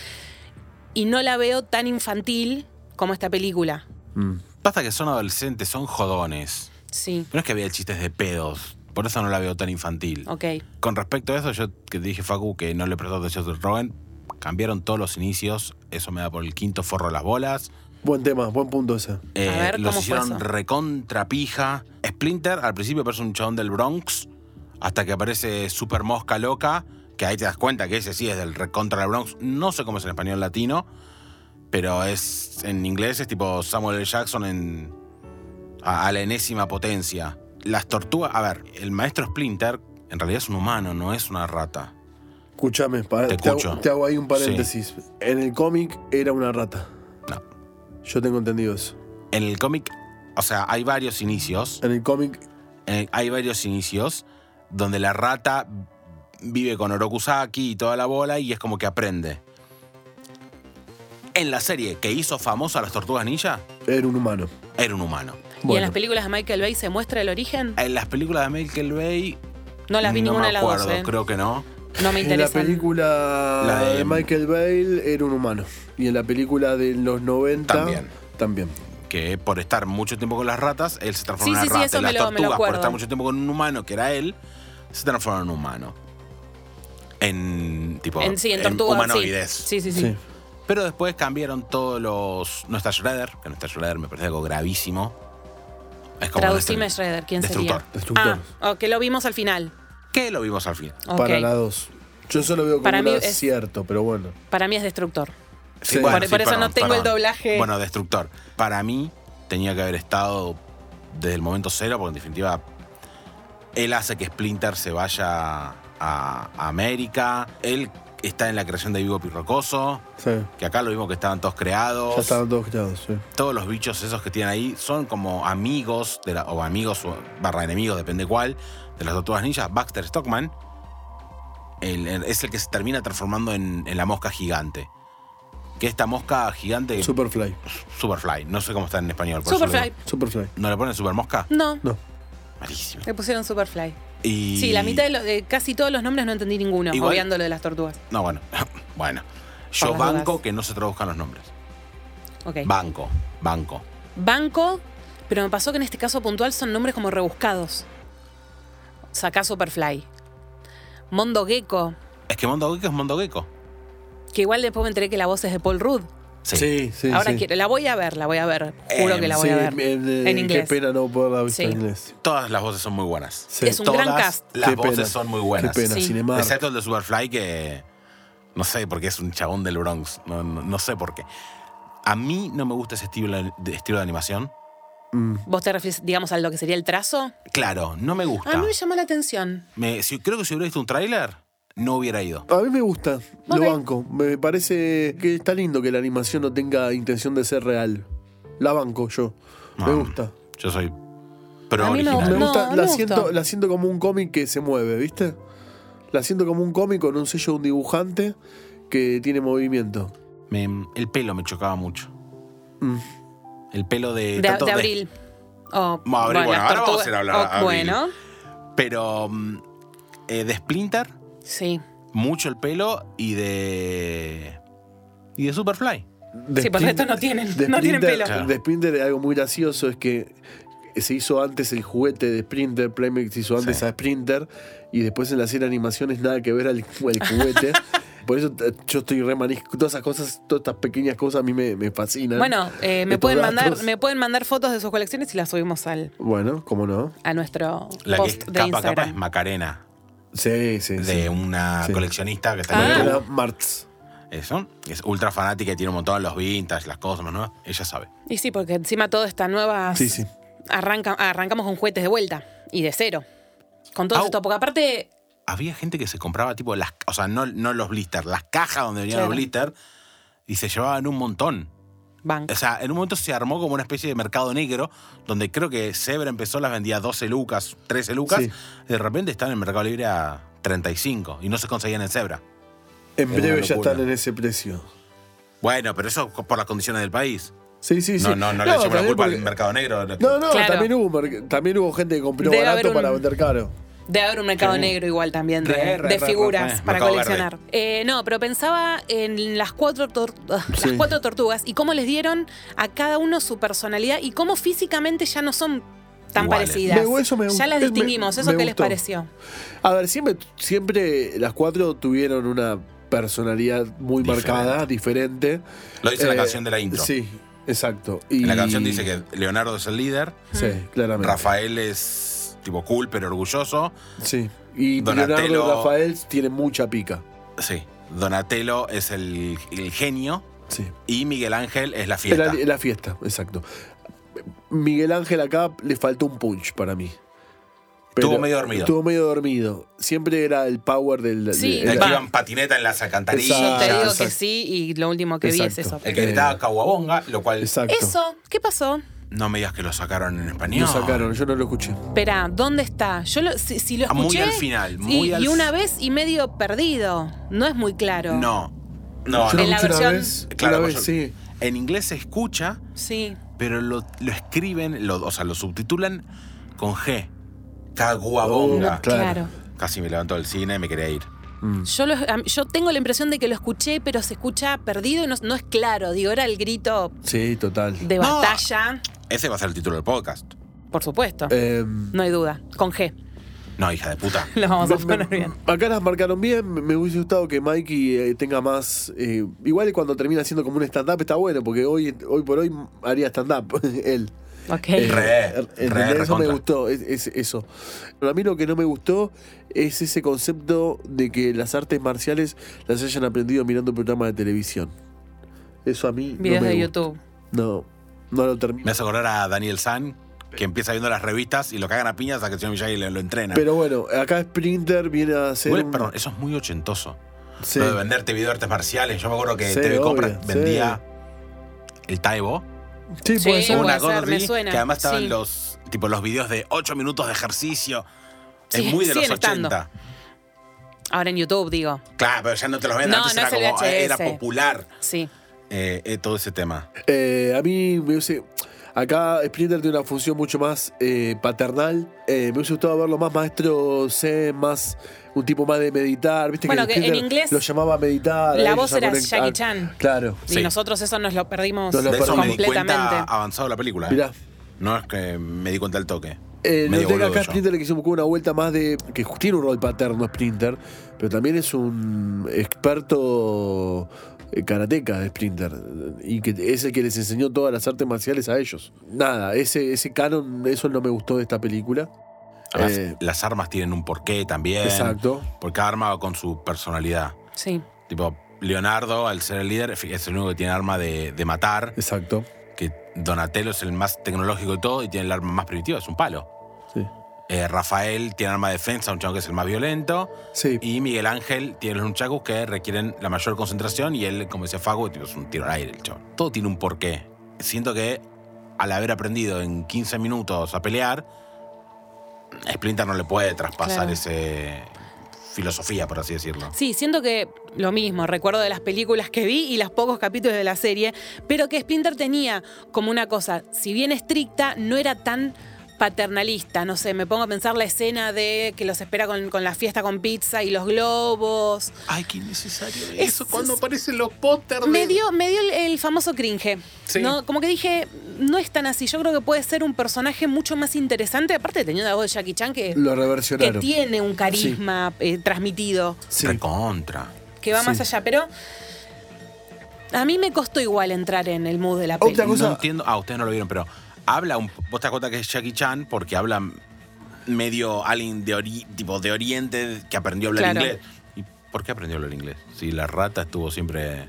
Speaker 1: y no la veo tan infantil como esta película.
Speaker 5: Mm.
Speaker 6: Pasa que son adolescentes, son jodones.
Speaker 1: Sí,
Speaker 6: No es que había chistes de pedos. Por eso no la veo tan infantil.
Speaker 1: ok.
Speaker 6: Con respecto a eso, yo que te dije, Facu, que no le prestó atención a Robin, cambiaron todos los inicios. Eso me da por el quinto forro las bolas.
Speaker 5: Buen tema, buen punto ese.
Speaker 6: Eh,
Speaker 1: A ver,
Speaker 6: los
Speaker 1: ¿cómo fue
Speaker 6: hicieron
Speaker 1: eso?
Speaker 6: recontra pija. Splinter al principio parece un chabón del Bronx, hasta que aparece Super Mosca Loca, que ahí te das cuenta que ese sí es del recontra del Bronx. No sé cómo es en español latino, pero es en inglés es tipo Samuel L. Jackson en, a, a la enésima potencia. Las tortugas, a ver, el maestro Splinter en realidad es un humano, no es una rata.
Speaker 5: Escúchame, para-
Speaker 6: Te
Speaker 5: te, hago,
Speaker 6: escucho.
Speaker 5: te hago ahí un paréntesis. En el cómic era una rata.
Speaker 6: No.
Speaker 5: Yo tengo entendido eso.
Speaker 6: En el cómic, o sea, hay varios inicios.
Speaker 5: En el cómic,
Speaker 6: Eh, hay varios inicios donde la rata vive con Orokusaki y toda la bola y es como que aprende. En la serie que hizo famosa a las tortugas ninja,
Speaker 5: era un humano.
Speaker 6: era un humano.
Speaker 1: ¿Y en
Speaker 5: Bueno.
Speaker 1: las películas de Michael Bay se muestra el origen?
Speaker 6: En las películas de Michael Bay,
Speaker 1: No las vi
Speaker 6: no
Speaker 1: ninguna
Speaker 6: me
Speaker 1: de las dos,
Speaker 6: acuerdo,
Speaker 1: ¿eh?
Speaker 6: creo que no.
Speaker 1: No me
Speaker 5: En la
Speaker 1: interesa.
Speaker 5: película
Speaker 6: La de-
Speaker 5: de Michael Bale era un humano. Y en la película de los 90
Speaker 6: También.
Speaker 5: también.
Speaker 6: Que por estar mucho tiempo con las ratas, él se transformó
Speaker 1: Sí,
Speaker 6: en una
Speaker 1: sí, sí,
Speaker 6: rata.
Speaker 1: eso
Speaker 6: Y las
Speaker 1: me lo- me lo
Speaker 6: tortugas, por
Speaker 1: acuerdo.
Speaker 6: estar mucho tiempo con un humano que era él, se transformó en un humano. En tipo
Speaker 1: En, sí, en Tortuga.
Speaker 6: humanoides.
Speaker 1: sí. sí, sí, sí.
Speaker 5: Sí.
Speaker 6: Pero después cambiaron todos los. No está Shredder, que no está Shredder me parece algo gravísimo. Es como
Speaker 1: Traducime
Speaker 6: nuestro-
Speaker 1: Shredder, ¿quién
Speaker 6: Destructor.
Speaker 1: sería?
Speaker 5: Destructor.
Speaker 1: Ah, o que lo vimos al final.
Speaker 6: Que lo vimos al fin.
Speaker 1: Ah, Ok.
Speaker 5: Para las dos. Yo solo veo como
Speaker 1: Para
Speaker 5: un
Speaker 1: mí es-
Speaker 5: acierto, pero bueno.
Speaker 1: Para mí es Destructor.
Speaker 5: Sí.
Speaker 1: Por- por eso no tengo el doblaje.
Speaker 6: Bueno, Destructor. Para mí tenía que haber estado desde el momento cero, porque en definitiva él hace que Splinter se vaya a a América. Él está en la creación de Vivo Pirrocoso,
Speaker 5: Sí.
Speaker 6: que acá lo vimos que estaban todos
Speaker 5: Ya
Speaker 6: creados.
Speaker 5: estaban todos creados, sí.
Speaker 6: todos los bichos esos que tienen ahí son como amigos de la- o amigos o barra enemigos, depende cuál, de las tortugas ninjas. Baxter Stockman el- el- es el que se termina transformando en, en la mosca gigante. Que esta mosca gigante.
Speaker 5: Superfly.
Speaker 6: Superfly. No sé cómo está en español. por eso lo
Speaker 1: Superfly.
Speaker 6: digo.
Speaker 5: Superfly.
Speaker 6: ¿No le ponen supermosca?
Speaker 1: No,
Speaker 5: No.
Speaker 6: Malísimo.
Speaker 1: le pusieron Superfly.
Speaker 6: Y-
Speaker 1: Sí, la mitad de, los- de casi todos los nombres no entendí ninguno,
Speaker 6: Igual-
Speaker 1: obviando lo de las tortugas.
Speaker 6: No, bueno. bueno. Yo
Speaker 1: Por las
Speaker 6: banco
Speaker 1: dudas.
Speaker 6: que no se traduzcan los nombres.
Speaker 1: Ok.
Speaker 6: Banco. Banco.
Speaker 1: Banco, pero me pasó que en este caso puntual son nombres como rebuscados. Sacá Superfly. Mondo Gecko,
Speaker 6: Es que Mondo Gecko es Mondo Gecko.
Speaker 1: que igual después me enteré que la voz es de Paul Rudd.
Speaker 5: Sí, sí.
Speaker 1: Ahora
Speaker 5: sí.
Speaker 1: quiero, la voy a ver, la voy a ver. Juro
Speaker 6: Eh,
Speaker 1: que la voy a ver.
Speaker 5: Sí, en, eh,
Speaker 1: en inglés.
Speaker 5: Qué pena no poderla ver
Speaker 1: Sí.
Speaker 5: en inglés.
Speaker 6: Todas las voces son muy buenas.
Speaker 5: Sí.
Speaker 1: Es un gran
Speaker 6: Todas
Speaker 1: cast.
Speaker 6: Las
Speaker 5: Qué
Speaker 6: voces
Speaker 5: pena.
Speaker 6: son muy buenas.
Speaker 5: Qué pena,
Speaker 1: Sí.
Speaker 5: Cinemark.
Speaker 6: Excepto el de Superfly, que no sé porque es un chabón del Bronx. No, no- no sé por qué. A mí no me gusta ese estilo de, estilo de animación.
Speaker 5: Mm.
Speaker 1: ¿Vos te refieres, digamos, a lo que sería el trazo?
Speaker 6: Claro, no me gusta.
Speaker 1: A mí me llamó la atención.
Speaker 6: Me- si- creo que si hubiera visto un tráiler, no hubiera ido.
Speaker 5: A mí me gusta,
Speaker 1: Ok.
Speaker 5: lo banco. Me parece que está lindo que la animación no tenga intención de ser real. La banco yo. Me
Speaker 6: No,
Speaker 5: gusta.
Speaker 6: Yo soy pro
Speaker 1: A mí no-
Speaker 6: original.
Speaker 5: Me gusta,
Speaker 1: no me
Speaker 5: la,
Speaker 1: gustó.
Speaker 5: siento, la siento como un cómic que se mueve, ¿viste? La siento como un cómic con un sello de un dibujante que tiene movimiento.
Speaker 6: Me- el pelo me chocaba mucho.
Speaker 5: Mm.
Speaker 6: El pelo de.
Speaker 1: De,
Speaker 6: tanto
Speaker 1: de
Speaker 6: de-
Speaker 1: abril. Oh, O,
Speaker 6: Bueno, Abril, bueno,
Speaker 1: las
Speaker 6: ahora vamos a
Speaker 1: tortugas-
Speaker 6: ir a hablar a
Speaker 1: o,
Speaker 6: Abril.
Speaker 1: Oh, Bueno,
Speaker 6: pero. mm, eh, de Splinter,
Speaker 1: sí.
Speaker 6: mucho el pelo y de. Y de Superfly.
Speaker 5: De
Speaker 1: Sí, porque
Speaker 5: Splinter-
Speaker 1: esto no tienen-
Speaker 5: de
Speaker 1: no tienen
Speaker 5: Splinter-
Speaker 1: pelo.
Speaker 5: De Splinter algo muy gracioso es que se hizo antes el juguete de Splinter, Playmates hizo antes
Speaker 6: Sí.
Speaker 5: a Splinter y después en la serie de animaciones nada que ver al, al juguete. Por eso t- yo estoy re manisco. Todas esas cosas, todas estas pequeñas cosas a mí me, me fascinan.
Speaker 1: Bueno, eh, me,
Speaker 5: Estos
Speaker 1: pueden mandar,
Speaker 5: datos.
Speaker 1: me pueden mandar fotos de sus colecciones y las subimos al,
Speaker 5: Bueno, cómo no.
Speaker 1: a nuestro
Speaker 6: La que es
Speaker 1: post de
Speaker 6: capa a capa es
Speaker 1: Instagram.
Speaker 6: Macarena,
Speaker 5: Sí, sí, sí.
Speaker 6: de una
Speaker 5: Sí.
Speaker 6: coleccionista que está en
Speaker 1: Ah.
Speaker 5: Era
Speaker 6: YouTube.
Speaker 5: Martz.
Speaker 6: Eso. Es ultra fanática y tiene un montón de los vintage, las cosas más nuevas. Ella sabe.
Speaker 1: Y sí, porque encima todo está nueva
Speaker 5: Sí, sí.
Speaker 1: arranca, arrancamos con juguetes de vuelta y de cero. Con todo
Speaker 6: Au.
Speaker 1: esto, porque aparte,
Speaker 6: Había gente que se compraba tipo las, o sea, no, no los blisters, las cajas donde venían
Speaker 1: Claro.
Speaker 6: los blisters y se llevaban un montón.
Speaker 1: van.
Speaker 6: O sea, en un momento se armó como una especie de mercado negro, donde creo que Zebra empezó, las vendía 12 lucas, 13 lucas,
Speaker 5: Sí.
Speaker 6: y de repente están en el Mercado Libre a 35 y no se conseguían en Zebra.
Speaker 5: En
Speaker 6: una
Speaker 5: breve ya
Speaker 6: locura.
Speaker 5: están en ese precio.
Speaker 6: Bueno, pero eso co- por las condiciones del país.
Speaker 5: Sí, sí, sí.
Speaker 6: No, no, no, le echemos la
Speaker 5: también
Speaker 6: culpa
Speaker 5: porque-
Speaker 6: al mercado negro.
Speaker 5: No, no,
Speaker 1: Claro.
Speaker 5: también, hubo, merc- también hubo gente que compró
Speaker 1: Debe haber
Speaker 5: barato
Speaker 1: un-
Speaker 5: para vender caro.
Speaker 1: Debe haber un mercado negro igual también de,
Speaker 6: Re, re,
Speaker 1: de
Speaker 6: re,
Speaker 1: figuras
Speaker 6: re, re.
Speaker 1: para
Speaker 6: Mercado
Speaker 1: coleccionar. Eh, no, pero pensaba en las cuatro, tor- las
Speaker 5: Sí.
Speaker 1: cuatro tortugas y cómo les dieron a cada uno su personalidad y cómo físicamente ya no son tan
Speaker 6: Iguales.
Speaker 1: parecidas.
Speaker 5: Me- eso me
Speaker 1: ya
Speaker 5: gust-
Speaker 1: las
Speaker 5: me-
Speaker 1: distinguimos. ¿Eso
Speaker 5: me
Speaker 1: qué les
Speaker 5: gustó.
Speaker 1: pareció?
Speaker 5: A ver, siempre, siempre las cuatro tuvieron una personalidad muy
Speaker 6: Diferente.
Speaker 5: marcada, diferente.
Speaker 6: Lo dice la
Speaker 5: Eh,
Speaker 6: canción de la intro.
Speaker 5: Sí, exacto. Y...
Speaker 6: En la canción dice que Leonardo es el líder,
Speaker 5: Sí, claramente.
Speaker 6: Rafael es tipo cool pero orgulloso.
Speaker 5: Sí. Y
Speaker 6: Donatello-
Speaker 5: Leonardo Rafael tiene mucha pica.
Speaker 6: Sí. Donatello es el, el genio
Speaker 5: Sí.
Speaker 6: y Miguel Ángel es la
Speaker 5: La,
Speaker 6: fiesta.
Speaker 5: la fiesta, exacto. Miguel Ángel acá le faltó un punch para mí.
Speaker 6: Estuvo medio dormido.
Speaker 5: Estuvo medio dormido. Siempre era el power del.
Speaker 1: Sí,
Speaker 5: del-
Speaker 6: El
Speaker 1: el
Speaker 6: que
Speaker 1: pa-
Speaker 6: iba en patineta en las alcantarillas.
Speaker 1: Yo te digo
Speaker 5: Ah, exacto.
Speaker 1: que sí y lo último que vi es eso.
Speaker 5: Exacto.
Speaker 6: El que gritaba Caguabonga, lo cual
Speaker 5: exacto.
Speaker 1: Eso, ¿qué pasó?
Speaker 6: no me digas que lo sacaron en español.
Speaker 5: Lo sacaron, yo no lo escuché.
Speaker 1: Espera, ¿dónde está? Yo lo, si, si lo
Speaker 6: Ah, muy
Speaker 1: escuché.
Speaker 6: al final,
Speaker 1: y-
Speaker 6: muy
Speaker 1: y,
Speaker 6: al-
Speaker 1: una vez y medio perdido. No es muy claro.
Speaker 6: No, no,
Speaker 5: Yo lo
Speaker 1: En la
Speaker 5: escuché
Speaker 1: versión-
Speaker 5: Una vez,
Speaker 6: Claro,
Speaker 5: una vez,
Speaker 6: yo-
Speaker 5: sí.
Speaker 6: En inglés se escucha,
Speaker 1: Sí.
Speaker 6: pero lo, lo escriben, lo- o sea, lo subtitulan con G. Caguabonga.
Speaker 5: Oh, claro.
Speaker 1: claro.
Speaker 6: Casi me levantó del cine y me quería ir.
Speaker 1: Yo, lo- a mí- yo tengo la impresión de que lo escuché, pero se escucha perdido y no, no es claro. Digo, era el grito
Speaker 5: Sí, total.
Speaker 1: de
Speaker 6: No.
Speaker 1: batalla.
Speaker 6: Ese va a ser el título del podcast.
Speaker 1: Por supuesto.
Speaker 5: Em,
Speaker 1: No hay duda. Con G.
Speaker 6: No, hija de puta.
Speaker 1: Lo vamos a
Speaker 5: Me- me-
Speaker 1: poner bien.
Speaker 5: Acá las marcaron bien, me- me hubiese gustado que Mikey eh, tenga más. eh, igual cuando termina siendo como un stand-up está bueno, porque hoy, hoy por hoy haría stand-up él.
Speaker 1: Ok.
Speaker 6: Re,
Speaker 5: Eh, er-
Speaker 6: re,
Speaker 5: ¿entendés?
Speaker 6: re
Speaker 5: eso me
Speaker 6: contra.
Speaker 5: gustó, es, es eso. Pero a mí lo que no me gustó es ese concepto de que las artes marciales las hayan aprendido mirando programas de televisión. Eso a mí. no
Speaker 1: Videos
Speaker 5: me
Speaker 1: de
Speaker 5: gusta.
Speaker 1: YouTube.
Speaker 5: No, no lo termino.
Speaker 6: Me hace acordar a Daniel San, que empieza viendo las revistas y lo cagan a piñas a que el señor Miyagi lo, lo entrena.
Speaker 5: Pero bueno, acá Sprinter viene a hacer.
Speaker 6: Igual,
Speaker 5: un-
Speaker 6: perdón, eso es muy ochentoso.
Speaker 5: sí.
Speaker 6: Lo de venderte video de artes marciales. Yo me acuerdo que
Speaker 5: Sí,
Speaker 6: TV Compras
Speaker 5: obvio,
Speaker 6: vendía el Taibo.
Speaker 1: Sí,
Speaker 5: Sí, puede ser.
Speaker 1: puede
Speaker 6: una
Speaker 1: ser,
Speaker 6: cosa
Speaker 1: me
Speaker 6: así,
Speaker 1: suena,
Speaker 6: que además estaban
Speaker 1: sí.
Speaker 6: los tipo los videos de 8 minutos de ejercicio.
Speaker 1: Sí,
Speaker 6: es muy de los
Speaker 1: siguen
Speaker 6: 80.
Speaker 1: estando. Ahora en YouTube, digo.
Speaker 6: Claro, pero ya no te los venden.
Speaker 1: No,
Speaker 6: Antes
Speaker 1: no
Speaker 6: era
Speaker 1: es el
Speaker 6: como eh, era
Speaker 1: VHS.
Speaker 6: popular
Speaker 1: Sí.
Speaker 6: eh, eh, todo ese tema.
Speaker 5: Eh, a mí me hubiese. Acá Splinter tiene una función mucho más eh, paternal. Eh, me hubiese gustado verlo más maestro Zen, más un tipo más de meditar. ¿Viste
Speaker 1: Bueno, que en
Speaker 5: Splinter
Speaker 1: inglés
Speaker 5: lo llamaba a meditar.
Speaker 1: la
Speaker 5: a
Speaker 1: voz
Speaker 5: ellos a
Speaker 1: era
Speaker 5: conectar.
Speaker 1: Jackie Chan.
Speaker 5: Claro.
Speaker 6: Sí.
Speaker 1: Y nosotros eso nos lo perdimos
Speaker 5: Nos lo
Speaker 6: De eso me di cuenta
Speaker 1: completamente.
Speaker 6: avanzado la película. eh.
Speaker 5: Mirá.
Speaker 6: No es que me di cuenta al toque.
Speaker 5: Eh,
Speaker 6: Medio
Speaker 5: lo tengo
Speaker 6: boludo
Speaker 5: acá
Speaker 6: yo.
Speaker 5: Splinter le que se buscó una vuelta más de. que tiene un rol paterno Splinter, pero también es un experto eh, karateca de Splinter. Y que es el que les enseñó todas las artes marciales a ellos. Nada, ese, ese canon, eso no me gustó de esta película.
Speaker 6: Además,
Speaker 5: Eh,
Speaker 6: las armas tienen un porqué también.
Speaker 5: Exacto.
Speaker 6: Porque cada arma va con su personalidad.
Speaker 1: Sí.
Speaker 6: Tipo, Leonardo, al ser el líder, es el único que tiene arma de, de matar.
Speaker 5: Exacto.
Speaker 6: Que Donatello es el más tecnológico de todo y tiene el arma más primitiva, es un palo.
Speaker 5: Sí.
Speaker 6: Eh, Rafael tiene arma de defensa, un chavo que es el más violento.
Speaker 5: Sí.
Speaker 6: Y Miguel Ángel tiene los nunchakus que requieren la mayor concentración. Y él, como decía Fago, tipo, es un tiro al aire, el chavo. Todo tiene un porqué. Siento que al haber aprendido en 15 minutos a pelear, Splinter no le puede traspasar
Speaker 1: Claro.
Speaker 6: ese filosofía, por así decirlo.
Speaker 1: Sí, siento que lo mismo, recuerdo de las películas que vi y los pocos capítulos de la serie, pero que Splinter tenía como una cosa, si bien estricta, no era tan paternalista, no sé, me pongo a pensar la escena de que los espera con, con la fiesta con pizza y los globos.
Speaker 6: Ay, qué innecesario
Speaker 1: Es- eso, cuando es-
Speaker 6: aparecen los Potter.
Speaker 1: Me dio, me dio el, el famoso cringe,
Speaker 6: Sí.
Speaker 1: ¿no? Como que dije, no es tan así, yo creo que puede ser un personaje mucho más interesante, aparte teniendo la voz de Jackie Chan que,
Speaker 5: Lo
Speaker 1: que
Speaker 5: reversionaron.
Speaker 1: tiene un carisma eh, transmitido.
Speaker 5: Sí.
Speaker 6: Recontra.
Speaker 1: que va
Speaker 5: Sí.
Speaker 1: más allá, pero a mí me costó igual entrar en el mood de la
Speaker 5: Otra
Speaker 1: peli.
Speaker 5: cosa-
Speaker 6: No entiendo. Ah, ustedes no lo vieron, pero habla un. Vos te das cuenta que es Jackie Chan porque habla medio alguien de, ori- tipo de Oriente que aprendió a hablar
Speaker 1: Claro.
Speaker 6: inglés. ¿Y por qué aprendió a hablar inglés? Si la rata estuvo siempre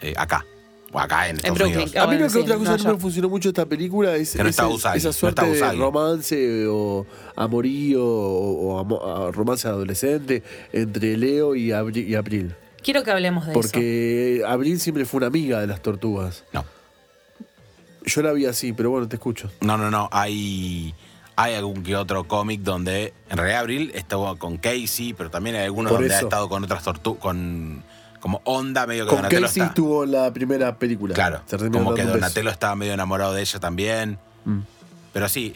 Speaker 6: eh, acá. O acá en Estados
Speaker 1: Brooklyn,
Speaker 6: Unidos.
Speaker 1: claro.
Speaker 5: A mí
Speaker 1: bueno,
Speaker 5: lo que
Speaker 1: sí,
Speaker 5: otra cosa
Speaker 1: Nueva
Speaker 5: que no me
Speaker 1: York.
Speaker 5: funcionó mucho esta película es
Speaker 6: Que no está
Speaker 5: ese-
Speaker 6: Usagi,
Speaker 5: esa
Speaker 6: no
Speaker 5: suerte
Speaker 6: está
Speaker 5: de
Speaker 6: Usagi.
Speaker 5: romance o amorío o, o amo- a- romance adolescente entre Leo y, Abri- y Abril.
Speaker 1: Quiero que hablemos de eso.
Speaker 5: Porque Abril siempre fue una amiga de las tortugas.
Speaker 6: No.
Speaker 5: Yo la vi así, pero bueno, te escucho.
Speaker 6: No, no, no. Hay, hay algún que otro cómic donde en realidad Abril estuvo con Casey, pero también hay algunos
Speaker 5: Por
Speaker 6: donde ha
Speaker 5: eso.
Speaker 6: estado con otras tortugas, con como Onda medio que
Speaker 5: Con
Speaker 6: Donatello
Speaker 5: Casey
Speaker 6: está.
Speaker 5: tuvo la primera película.
Speaker 6: Claro,
Speaker 5: Se terminó
Speaker 6: como que
Speaker 5: dando un beso.
Speaker 6: Donatello estaba medio enamorado de ella también.
Speaker 5: Mm.
Speaker 6: Pero sí,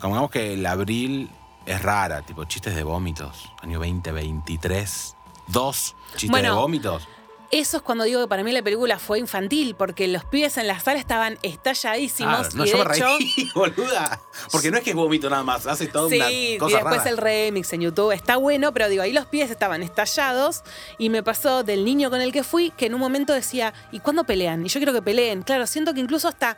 Speaker 6: como digamos que el Abril es rara, tipo chistes de vómitos, año 2023, dos chistes
Speaker 1: Bueno,
Speaker 6: de vómitos.
Speaker 1: Eso es cuando digo que para mí la película fue infantil, porque los pibes en la sala estaban estalladísimos.
Speaker 6: Claro, no,
Speaker 1: y
Speaker 6: yo
Speaker 1: de
Speaker 6: me reí,
Speaker 1: hecho,
Speaker 6: boluda. Porque no es que es vómito nada más, hace todo
Speaker 1: Sí,
Speaker 6: una
Speaker 1: y
Speaker 6: cosa
Speaker 1: después
Speaker 6: rara.
Speaker 1: el remix en YouTube está bueno, pero digo, ahí los pies estaban estallados y me pasó del niño con el que fui que en un momento decía, ¿y cuándo pelean? Y yo quiero que peleen. Claro, siento que incluso hasta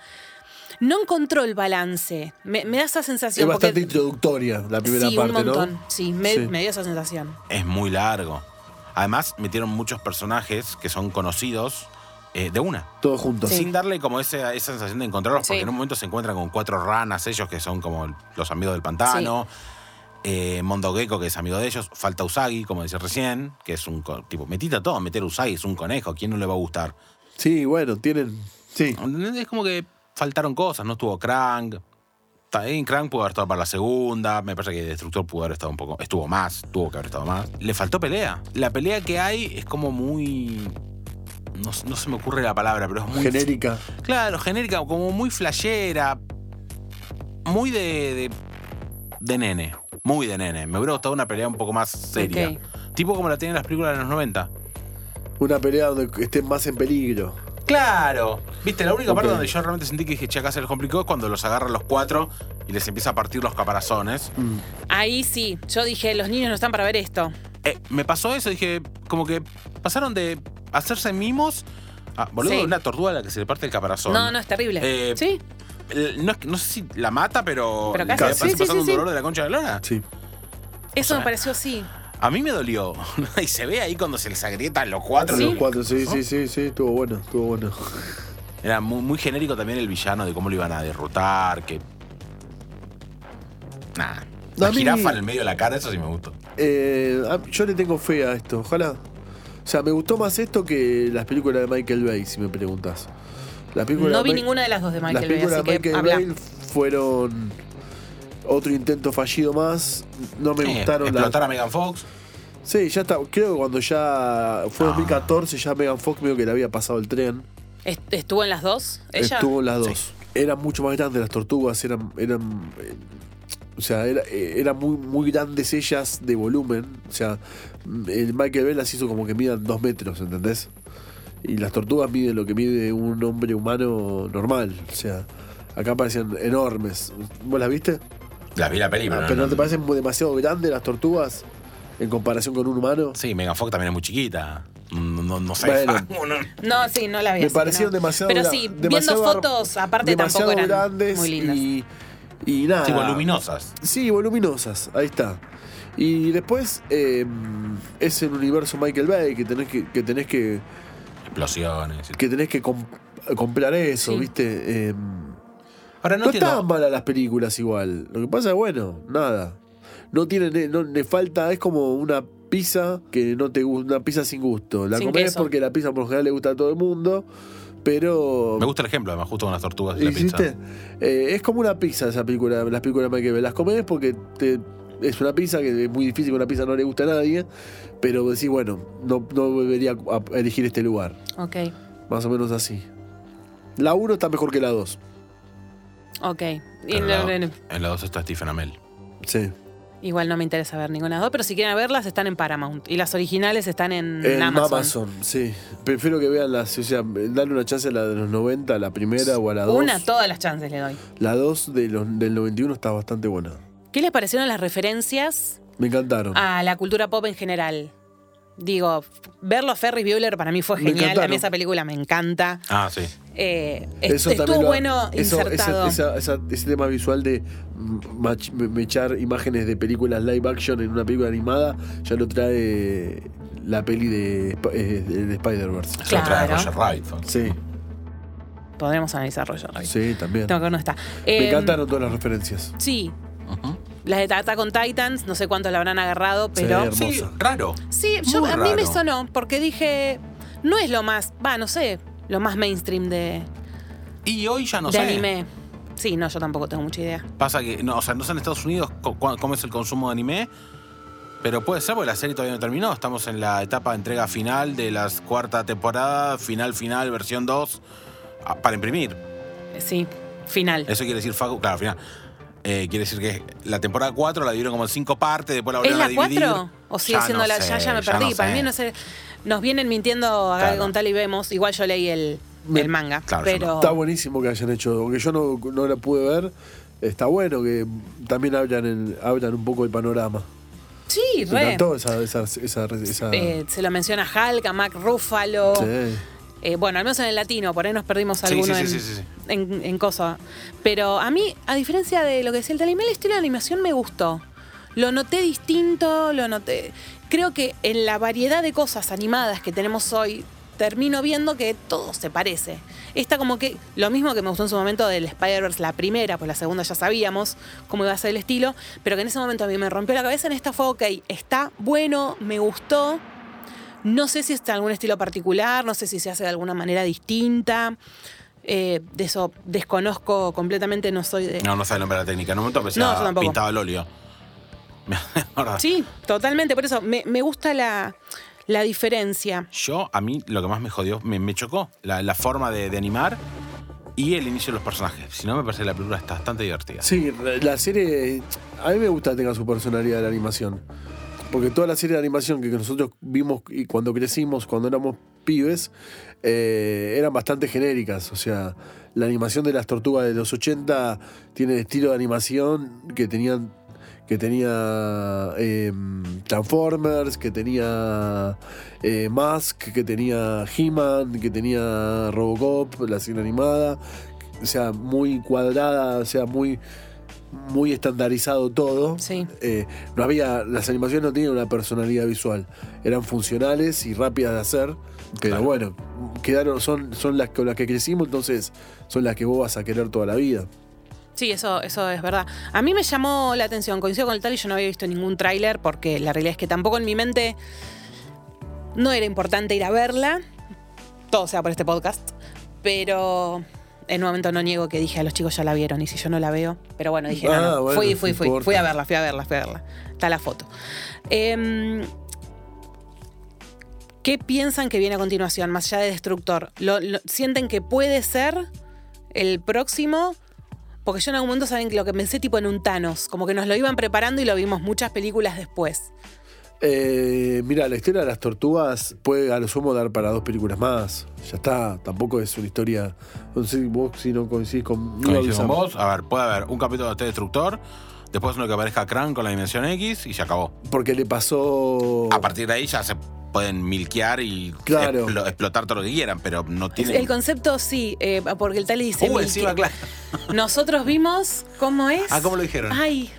Speaker 1: no encontró el balance. Me, me da esa
Speaker 5: Es
Speaker 1: sensación. porque-
Speaker 5: bastante introductoria la primera
Speaker 1: sí,
Speaker 5: parte,
Speaker 1: un montón.
Speaker 5: ¿no?
Speaker 1: Sí, me,
Speaker 5: Sí.
Speaker 1: me dio esa sensación.
Speaker 6: es muy largo. Además, metieron muchos personajes que son conocidos eh, de una.
Speaker 5: Todo juntos.
Speaker 6: Sin darle como ese- esa sensación de encontrarlos, porque
Speaker 1: Sí.
Speaker 6: en un momento se encuentran con cuatro ranas, ellos que son como los amigos del pantano. eh, Mondo Gecko, que es amigo de ellos. Falta Usagi, como decía recién, que es un. co- Tipo, metita todo, meter Usagi es un conejo, ¿quién no le va a gustar?
Speaker 5: Sí, bueno, tienen. Sí.
Speaker 6: ¿Entendés? Es como que faltaron cosas, no estuvo Krang. También Krang pudo haber estado para la segunda. Me parece que Destructor pudo haber estado un poco. Estuvo más, tuvo que haber estado más. Le faltó pelea. La pelea que hay es como muy. No, no se me ocurre la palabra, pero es muy.
Speaker 5: Genérica.
Speaker 6: Claro, genérica, como muy flashera. Muy de. de, de nene. Muy de nene. Me hubiera gustado una pelea un poco más seria. Tipo como la tienen las películas de los 90.
Speaker 5: Una pelea donde estén más en peligro.
Speaker 6: Claro. Viste, la única parte
Speaker 5: Ok.
Speaker 6: donde yo realmente sentí que dije, che, acá se les complicó es cuando los agarra los cuatro y les empieza a partir los caparazones.
Speaker 5: Mm.
Speaker 1: Ahí sí, yo dije, los niños no están para ver esto.
Speaker 6: Eh, me pasó eso, dije, como que pasaron de hacerse mimos a, boludo,
Speaker 1: Sí.
Speaker 6: una tortuga a la que se le parte el caparazón.
Speaker 1: No, no, es terrible.
Speaker 6: Eh,
Speaker 1: sí,
Speaker 6: El- No, es que- no sé si la mata, pero,
Speaker 1: Pero
Speaker 6: le
Speaker 1: casi.
Speaker 6: pasa
Speaker 1: Sí, sí,
Speaker 6: pasando
Speaker 1: sí,
Speaker 6: un
Speaker 1: sí.
Speaker 6: dolor de la concha de la lona.
Speaker 5: Sí.
Speaker 1: eso me pareció así.
Speaker 6: A mí me dolió. y se ve ahí cuando se les agrietan los cuatro.
Speaker 5: Los
Speaker 1: Sí.
Speaker 5: cuatro, sí, sí, sí, sí, estuvo bueno, estuvo bueno.
Speaker 6: Era muy, muy genérico también el villano de cómo lo iban a derrotar, que. Nah. La
Speaker 5: A mí-
Speaker 6: jirafa en el medio de la cara, eso sí me gustó.
Speaker 5: Eh, a- yo le tengo fe a esto, ojalá. O sea, me gustó más esto que las películas de Michael Bay, si me preguntas. Las películas
Speaker 1: No
Speaker 5: de
Speaker 1: vi
Speaker 5: Mi-
Speaker 1: ninguna de las dos de
Speaker 5: las
Speaker 1: Michael Bay,
Speaker 5: películas
Speaker 1: así
Speaker 5: de
Speaker 1: que
Speaker 5: Michael
Speaker 1: habla.
Speaker 5: Bay fueron otro intento fallido más. No me
Speaker 6: Eh,
Speaker 5: gustaron las.
Speaker 6: explotar a Megan Fox.
Speaker 5: Sí, ya está. Creo que cuando ya fue 2014, ya Megan Fox medio que le había pasado el tren.
Speaker 1: Est- ¿Estuvo en las dos? ¿Ella?
Speaker 5: Estuvo en las dos. Eran mucho más grandes las tortugas, eran. eran eh, o sea, era- eh, eran muy, muy grandes ellas de volumen. O sea, mm, el Michael Bell las hizo como que midan dos metros, ¿entendés? Y las tortugas miden lo que mide un hombre humano normal. O sea, acá parecían enormes. ¿Vos las viste?
Speaker 6: La vi la película.
Speaker 5: Ah, ¿Pero no te parecen muy- demasiado grandes las tortugas en comparación con un humano?
Speaker 6: Sí, Megan Fox también es muy chiquita. No, no, no sé.
Speaker 5: Bueno.
Speaker 6: Uno-
Speaker 1: No, sí, no la vi.
Speaker 5: Me
Speaker 1: así que
Speaker 5: parecieron
Speaker 1: no.
Speaker 5: demasiado
Speaker 1: Pero
Speaker 5: gra-
Speaker 1: sí,
Speaker 5: demasiado
Speaker 1: viendo
Speaker 5: ar-
Speaker 1: fotos, aparte tampoco
Speaker 5: demasiado
Speaker 1: eran
Speaker 5: grandes
Speaker 1: muy lindas.
Speaker 5: Y, y nada.
Speaker 6: Sí, voluminosas.
Speaker 5: Sí, voluminosas, ahí está. Y después eh, es el universo Michael Bay que tenés que, que tenés que,
Speaker 6: Explosiones.
Speaker 5: que tenés que comp- comprar eso,
Speaker 1: Sí.
Speaker 5: ¿viste? Eh,
Speaker 6: Ahora
Speaker 5: no
Speaker 6: no, entiendo.
Speaker 5: estaban malas las películas igual. Lo que pasa es bueno, nada. No tiene, no le falta, es como una pizza que no te gusta, una pizza sin gusto. La
Speaker 1: Sin
Speaker 5: comés
Speaker 1: queso.
Speaker 5: porque la pizza por lo general le gusta a todo el mundo, pero
Speaker 6: Me gusta el ejemplo, además, justo con las tortugas y la pizza.
Speaker 5: ¿Hiciste? Eh, es como una pizza esa película, las películas de Michael Bay. Las comes porque te- es una pizza que es muy difícil, que una pizza no le gusta a nadie, pero decís, bueno, no, no volvería a a elegir este lugar.
Speaker 1: Ok,
Speaker 5: Más o menos así. La 1 está mejor que la 2.
Speaker 1: ok. Y
Speaker 6: Pero
Speaker 1: no-
Speaker 6: en,
Speaker 1: no-
Speaker 6: la, en la dos está Stephen Amell.
Speaker 5: Sí.
Speaker 1: igual no me interesa ver ninguna de las dos, pero si quieren verlas están en Paramount. Y las originales están en,
Speaker 5: En
Speaker 1: Mm, Amazon.
Speaker 5: Amazon. sí. Prefiero que vean las, o sea, darle una chance a la de los 90, a la primera o a la 2.
Speaker 1: Una, todas las chances le doy.
Speaker 5: La 2 de los, del 91 está bastante buena.
Speaker 1: ¿Qué les parecieron las referencias
Speaker 5: Me encantaron.
Speaker 1: a la cultura pop en general? Digo, verlo a Ferris Bueller para mí fue
Speaker 5: Me
Speaker 1: genial. A
Speaker 5: encantaron.
Speaker 1: mí esa película me encanta.
Speaker 6: Ah, sí.
Speaker 1: Eh, est-
Speaker 5: Eso también
Speaker 1: estuvo
Speaker 5: lo-
Speaker 1: bueno
Speaker 5: eso- ese-
Speaker 1: insertado.
Speaker 5: esa- esa- ese tema visual de mm, mach- me- mechar imágenes de películas live action en una película animada ya lo trae la peli de, Sp- eh, de- de Spider-Verse.
Speaker 6: Eso lo trae
Speaker 1: Claro.
Speaker 6: Roger Rabbit.
Speaker 5: Sí.
Speaker 1: Podríamos analizar Roger Rabbit.
Speaker 5: Sí, también.
Speaker 1: No, que no está.
Speaker 5: Me
Speaker 1: Em,
Speaker 5: encantaron todas las referencias.
Speaker 1: Sí. Las de Attack on Titans, no sé cuántos la habrán agarrado, pero.
Speaker 5: hermoso.
Speaker 6: Sí, raro.
Speaker 1: Sí, yo,
Speaker 6: Muy
Speaker 1: a mí me
Speaker 6: raro.
Speaker 1: sonó porque dije, no es lo más, va, no sé, lo más mainstream de,
Speaker 6: Y hoy ya no
Speaker 1: de
Speaker 6: sé.
Speaker 1: anime. Sí, no, yo tampoco tengo mucha idea.
Speaker 6: Pasa que, no, o sea, no sé en Estados Unidos co- cu- cómo es el consumo de anime, pero puede ser porque la serie todavía no terminó. Estamos en la etapa de entrega final de la cuarta temporada, final, final, versión 2, ah, para imprimir.
Speaker 1: Eh, Sí, final.
Speaker 6: Eso quiere decir, Facu, claro, final. Eh, quiere decir que la temporada 4 la dividieron como en 5 partes, después la
Speaker 1: ¿Es
Speaker 6: volvieron a
Speaker 1: la
Speaker 6: dividir.
Speaker 1: 4? ¿O sigue siendo
Speaker 6: no
Speaker 1: la.?
Speaker 6: sé,
Speaker 1: ya, ya me perdí.
Speaker 6: no
Speaker 1: Para
Speaker 6: sé.
Speaker 1: mí, no sé. Nos vienen mintiendo acá
Speaker 6: Claro.
Speaker 1: con tal y vemos. Igual yo leí el,
Speaker 5: Me-
Speaker 1: el manga.
Speaker 6: claro, yo
Speaker 1: pero.
Speaker 6: no.
Speaker 5: Está buenísimo que hayan hecho, aunque yo no, no la pude ver, está bueno que también hablan, en- hablan un poco el panorama.
Speaker 1: Sí,
Speaker 5: Me
Speaker 1: re.
Speaker 5: encantó esa... esa, esa, esa-
Speaker 1: Eh, se lo menciona Hulk, a Mac Ruffalo.
Speaker 5: Sí.
Speaker 1: Eh, bueno, al menos en el latino, por ahí nos perdimos
Speaker 6: Sí,
Speaker 1: alguno
Speaker 6: sí, sí,
Speaker 1: en,
Speaker 6: sí, sí, sí.
Speaker 1: en- en cosa. Pero a mí, a diferencia de lo que decía el Talimel, el estilo de animación me gustó. Lo noté distinto, lo noté. Creo que en la variedad de cosas animadas que tenemos hoy, termino viendo que todo se parece. Esta como que, lo mismo que me gustó en su momento del Spider-Verse, la primera, pues la segunda ya sabíamos cómo iba a ser el estilo, pero que en ese momento a mí me rompió la cabeza, en esta fue, ok, está bueno, me gustó, no sé si es algún estilo particular, no sé si se hace de alguna manera distinta. Eh, de eso desconozco completamente, no soy de.
Speaker 6: No, no sabe el nombre de la técnica. En un momento pensé
Speaker 1: No, yo tampoco.
Speaker 6: pintado al óleo. Ahora,
Speaker 1: Sí, totalmente. Por eso me, me gusta la, la diferencia.
Speaker 6: Yo, a mí, lo que más me jodió, me, me chocó la, la forma de, de animar y el inicio de los personajes. Si no, me parece que la película está bastante divertida.
Speaker 5: Sí, la serie. A mí me gusta que tenga su personalidad la animación. Porque toda la serie de animación que nosotros vimos y cuando crecimos, cuando éramos pibes, eh, eran bastante genéricas. O sea, la animación de las tortugas de los 80 tiene el estilo de animación que tenían. Que tenía eh, Transformers, que tenía eh, Mask, que tenía He-Man, que tenía Robocop, la serie animada. O sea, muy cuadrada, o sea, muy, muy estandarizado todo.
Speaker 1: Sí.
Speaker 5: Eh, no había, las animaciones no tenían una personalidad visual, eran funcionales y rápidas de hacer, pero
Speaker 6: Claro.
Speaker 5: bueno, quedaron, son, son las con las que crecimos, entonces son las que vos vas a querer toda la vida.
Speaker 1: Sí, eso, eso es verdad. A mí me llamó la atención, coincido con el tal y yo no había visto ningún tráiler porque la realidad es que tampoco en mi mente no era importante ir a verla. Todo sea por este podcast. Pero en un momento no niego que dije a los chicos ya la vieron y si yo no la veo. Pero bueno, dije, no,
Speaker 5: Ah,
Speaker 1: no,
Speaker 5: bueno,
Speaker 1: fui,
Speaker 5: no
Speaker 1: fui, fui,
Speaker 5: importa.
Speaker 1: fui a verla, fui a verla, fui a verla. Está la foto. Em, ¿Qué piensan que viene a continuación, más allá de Destructor? ¿Lo, lo- sienten que puede ser el próximo? Porque yo en algún momento saben que lo que pensé tipo en un Thanos, como que nos lo iban preparando y lo vimos muchas películas después.
Speaker 5: Eh, mira, la historia de las tortugas puede a lo sumo dar para dos películas más. Ya está, tampoco es una historia. No sé vos si no coincidís conmigo.
Speaker 6: Coincido con
Speaker 5: avisame.
Speaker 6: vos. A ver, puede haber un capítulo de T Destructor, después uno que aparezca Krang con la dimensión X y se acabó.
Speaker 5: Porque le pasó.
Speaker 6: A partir de ahí ya se pueden milquear y
Speaker 5: Oh. Claro.
Speaker 6: explo- explotar todo lo que quieran, pero no tienen.
Speaker 1: El concepto sí, eh, porque el tal dice...
Speaker 6: Uh,
Speaker 1: "Mil
Speaker 6: encima,
Speaker 1: que-
Speaker 6: claro.
Speaker 1: Nosotros vimos cómo es...
Speaker 6: Ah, ¿cómo lo dijeron?
Speaker 1: Ay,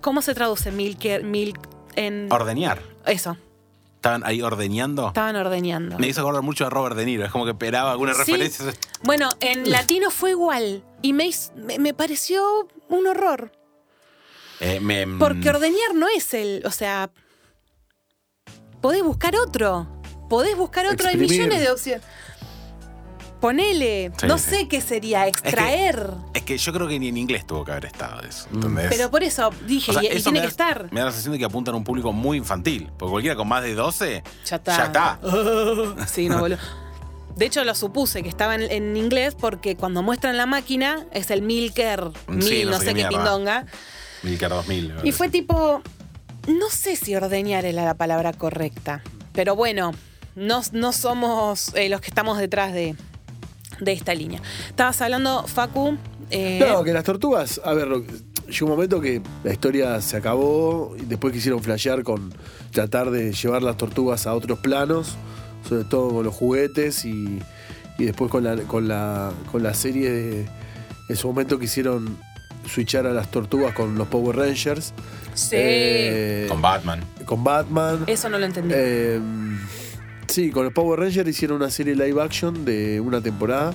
Speaker 1: ¿cómo se traduce mil, que- mil en...
Speaker 6: Ordeñar.
Speaker 1: Eso,
Speaker 6: Estaban ahí ordeñando.
Speaker 1: estaban ordeñando.
Speaker 6: Me hizo acordar mucho a Robert De Niro. Es como que esperaba algunas
Speaker 1: Sí.
Speaker 6: referencias.
Speaker 1: Bueno, en latino fue igual y me, hiz- me- me pareció un horror.
Speaker 6: Eh, me-
Speaker 1: Porque ordeñar no es el. O sea. Podés buscar otro. Podés buscar otro. Hay
Speaker 5: Exprimir.
Speaker 1: millones de opciones. Ponele.
Speaker 6: Sí,
Speaker 1: no
Speaker 6: sí.
Speaker 1: sé qué sería. Extraer.
Speaker 6: Es que yo creo que ni en inglés tuvo que haber estado eso. ¿entendés?
Speaker 1: Pero por eso dije,
Speaker 6: O sea,
Speaker 1: y- y,
Speaker 6: eso
Speaker 1: tiene
Speaker 6: me
Speaker 1: que
Speaker 6: da-
Speaker 1: estar.
Speaker 6: Me da la sensación de que apuntan a un público muy infantil. Porque cualquiera con más de 12
Speaker 1: Ya está.
Speaker 6: ya está.
Speaker 1: Sí, no, boludo. De hecho, lo supuse que estaba en, en inglés porque cuando muestran la máquina es el milker, mil, no, sé qué
Speaker 6: mierda.
Speaker 1: pindonga.
Speaker 6: Milcar 2000.
Speaker 1: Y fue tipo, no sé si ordeñar era la palabra correcta, pero bueno, no, no somos eh, los que estamos detrás de, de esta línea. Estabas hablando, Facu, eh,
Speaker 5: No, que las tortugas, a ver, lo- llegó un momento que la historia se acabó y después quisieron flashear con tratar de llevar las tortugas a otros planos, sobre todo con los juguetes y, y después con la, con la, con la serie de- en su momento quisieron switchar a las tortugas con los Power Rangers.
Speaker 1: sí,
Speaker 5: eh,
Speaker 6: Con Batman.
Speaker 5: con Batman.
Speaker 1: eso no lo entendí.
Speaker 5: Eh, sí, con los Power Rangers hicieron una serie live action de una temporada. Eh,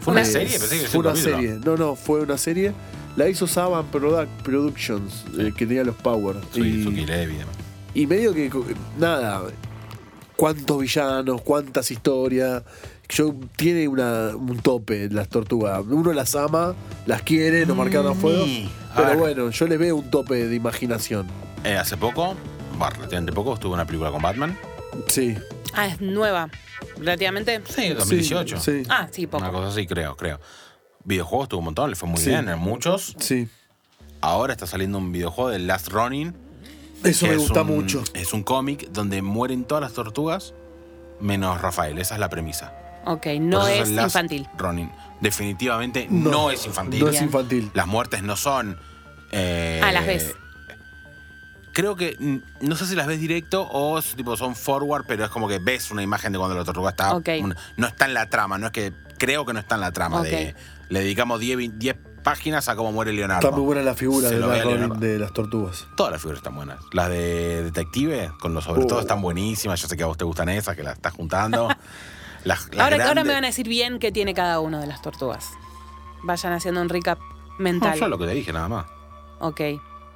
Speaker 6: Fue una
Speaker 1: Una-
Speaker 6: serie, pensé que
Speaker 5: Fue
Speaker 6: era
Speaker 5: una
Speaker 6: un
Speaker 5: serie.
Speaker 6: capítulo.
Speaker 5: No, no, fue una serie. La hizo Saban Product Productions, eh, que tenía los Power.
Speaker 6: Suzuki
Speaker 5: Y,
Speaker 6: Levy, además.
Speaker 5: y medio que, co- nada, cuántos villanos, cuántas historias. Yo, tiene una, un tope las tortugas. Uno las ama, las quiere, nos marcaron a fuego.
Speaker 6: Mm, a
Speaker 5: Pero
Speaker 6: ver.
Speaker 5: bueno, yo le veo un tope de imaginación.
Speaker 6: Eh, hace poco, bueno, relativamente poco, estuvo una película con Batman.
Speaker 5: Sí.
Speaker 1: Ah, es nueva. Relativamente.
Speaker 6: Sí, 2018.
Speaker 5: Sí.
Speaker 1: Ah, sí, poco.
Speaker 6: Una cosa así, creo, creo. Videojuegos tuvo un montón, le fue muy
Speaker 5: Sí.
Speaker 6: bien, en muchos.
Speaker 5: Sí.
Speaker 6: Ahora está saliendo un videojuego de Last Running.
Speaker 5: Eso
Speaker 6: que
Speaker 5: me
Speaker 6: es
Speaker 5: gusta
Speaker 6: un-
Speaker 5: mucho.
Speaker 6: Es un cómic donde mueren todas las tortugas menos Rafael. Esa es la premisa.
Speaker 1: Ok,
Speaker 6: Por
Speaker 1: no
Speaker 6: eso
Speaker 1: es
Speaker 6: Last
Speaker 1: infantil.
Speaker 6: Running. Definitivamente no,
Speaker 5: No,
Speaker 6: es infantil.
Speaker 5: No es
Speaker 1: Bien.
Speaker 5: infantil.
Speaker 6: Las muertes no son. eh,
Speaker 1: Ah, las ves.
Speaker 6: Creo que. mm, No sé si las ves directo o es tipo son forward, pero es como que ves una imagen de cuando la tortuga está.
Speaker 1: Ok.
Speaker 6: un- No está en la trama, no es que. Creo que no está en la trama.
Speaker 1: Ok.
Speaker 6: de- le dedicamos 10, vi- 10 páginas a cómo muere Leonardo.
Speaker 5: Está muy buena la figura
Speaker 6: Se
Speaker 5: de
Speaker 6: lo ve
Speaker 5: la
Speaker 6: a
Speaker 5: Ronin
Speaker 6: Leonardo.
Speaker 5: de las tortugas.
Speaker 6: Todas las figuras están buenas. Las de detective, con los sobre
Speaker 5: Oh.
Speaker 6: todo, están buenísimas. Yo sé que a vos te gustan esas, que las estás juntando. Las- las
Speaker 1: Ahora, ahora me
Speaker 6: grandes-
Speaker 1: van a decir bien qué tiene cada uno de las tortugas. Vayan haciendo un recap mental.
Speaker 6: No, yo lo que te dije, nada más.
Speaker 1: Ok.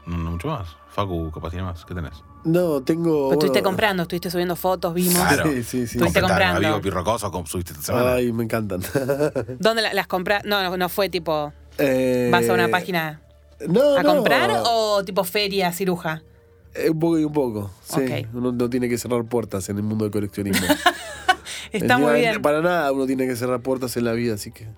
Speaker 6: No, no mucho más. Facu, capaz tiene más. ¿Qué tenés?
Speaker 5: No, tengo.
Speaker 1: Pero estuviste
Speaker 5: bueno,
Speaker 1: comprando, estuviste subiendo fotos, vimos.
Speaker 6: Claro.
Speaker 5: Sí, sí, sí.
Speaker 1: Estuviste
Speaker 6: Completar
Speaker 1: comprando.
Speaker 6: a Vigo Pirrocoso, como subiste esta semana.
Speaker 5: Ay, me encantan.
Speaker 1: ¿Dónde la- las compras? No, no, no fue tipo,
Speaker 5: Eh,
Speaker 1: vas a una página
Speaker 5: no,
Speaker 1: a
Speaker 5: no.
Speaker 1: comprar o tipo feria, ciruja.
Speaker 5: Eh, Un poco y un poco. Sí.
Speaker 1: Ok.
Speaker 5: Uno no tiene que cerrar puertas en el mundo del coleccionismo.
Speaker 1: Está
Speaker 5: Encima,
Speaker 1: muy bien.
Speaker 5: Para nada uno tiene que cerrar puertas en la vida, así que.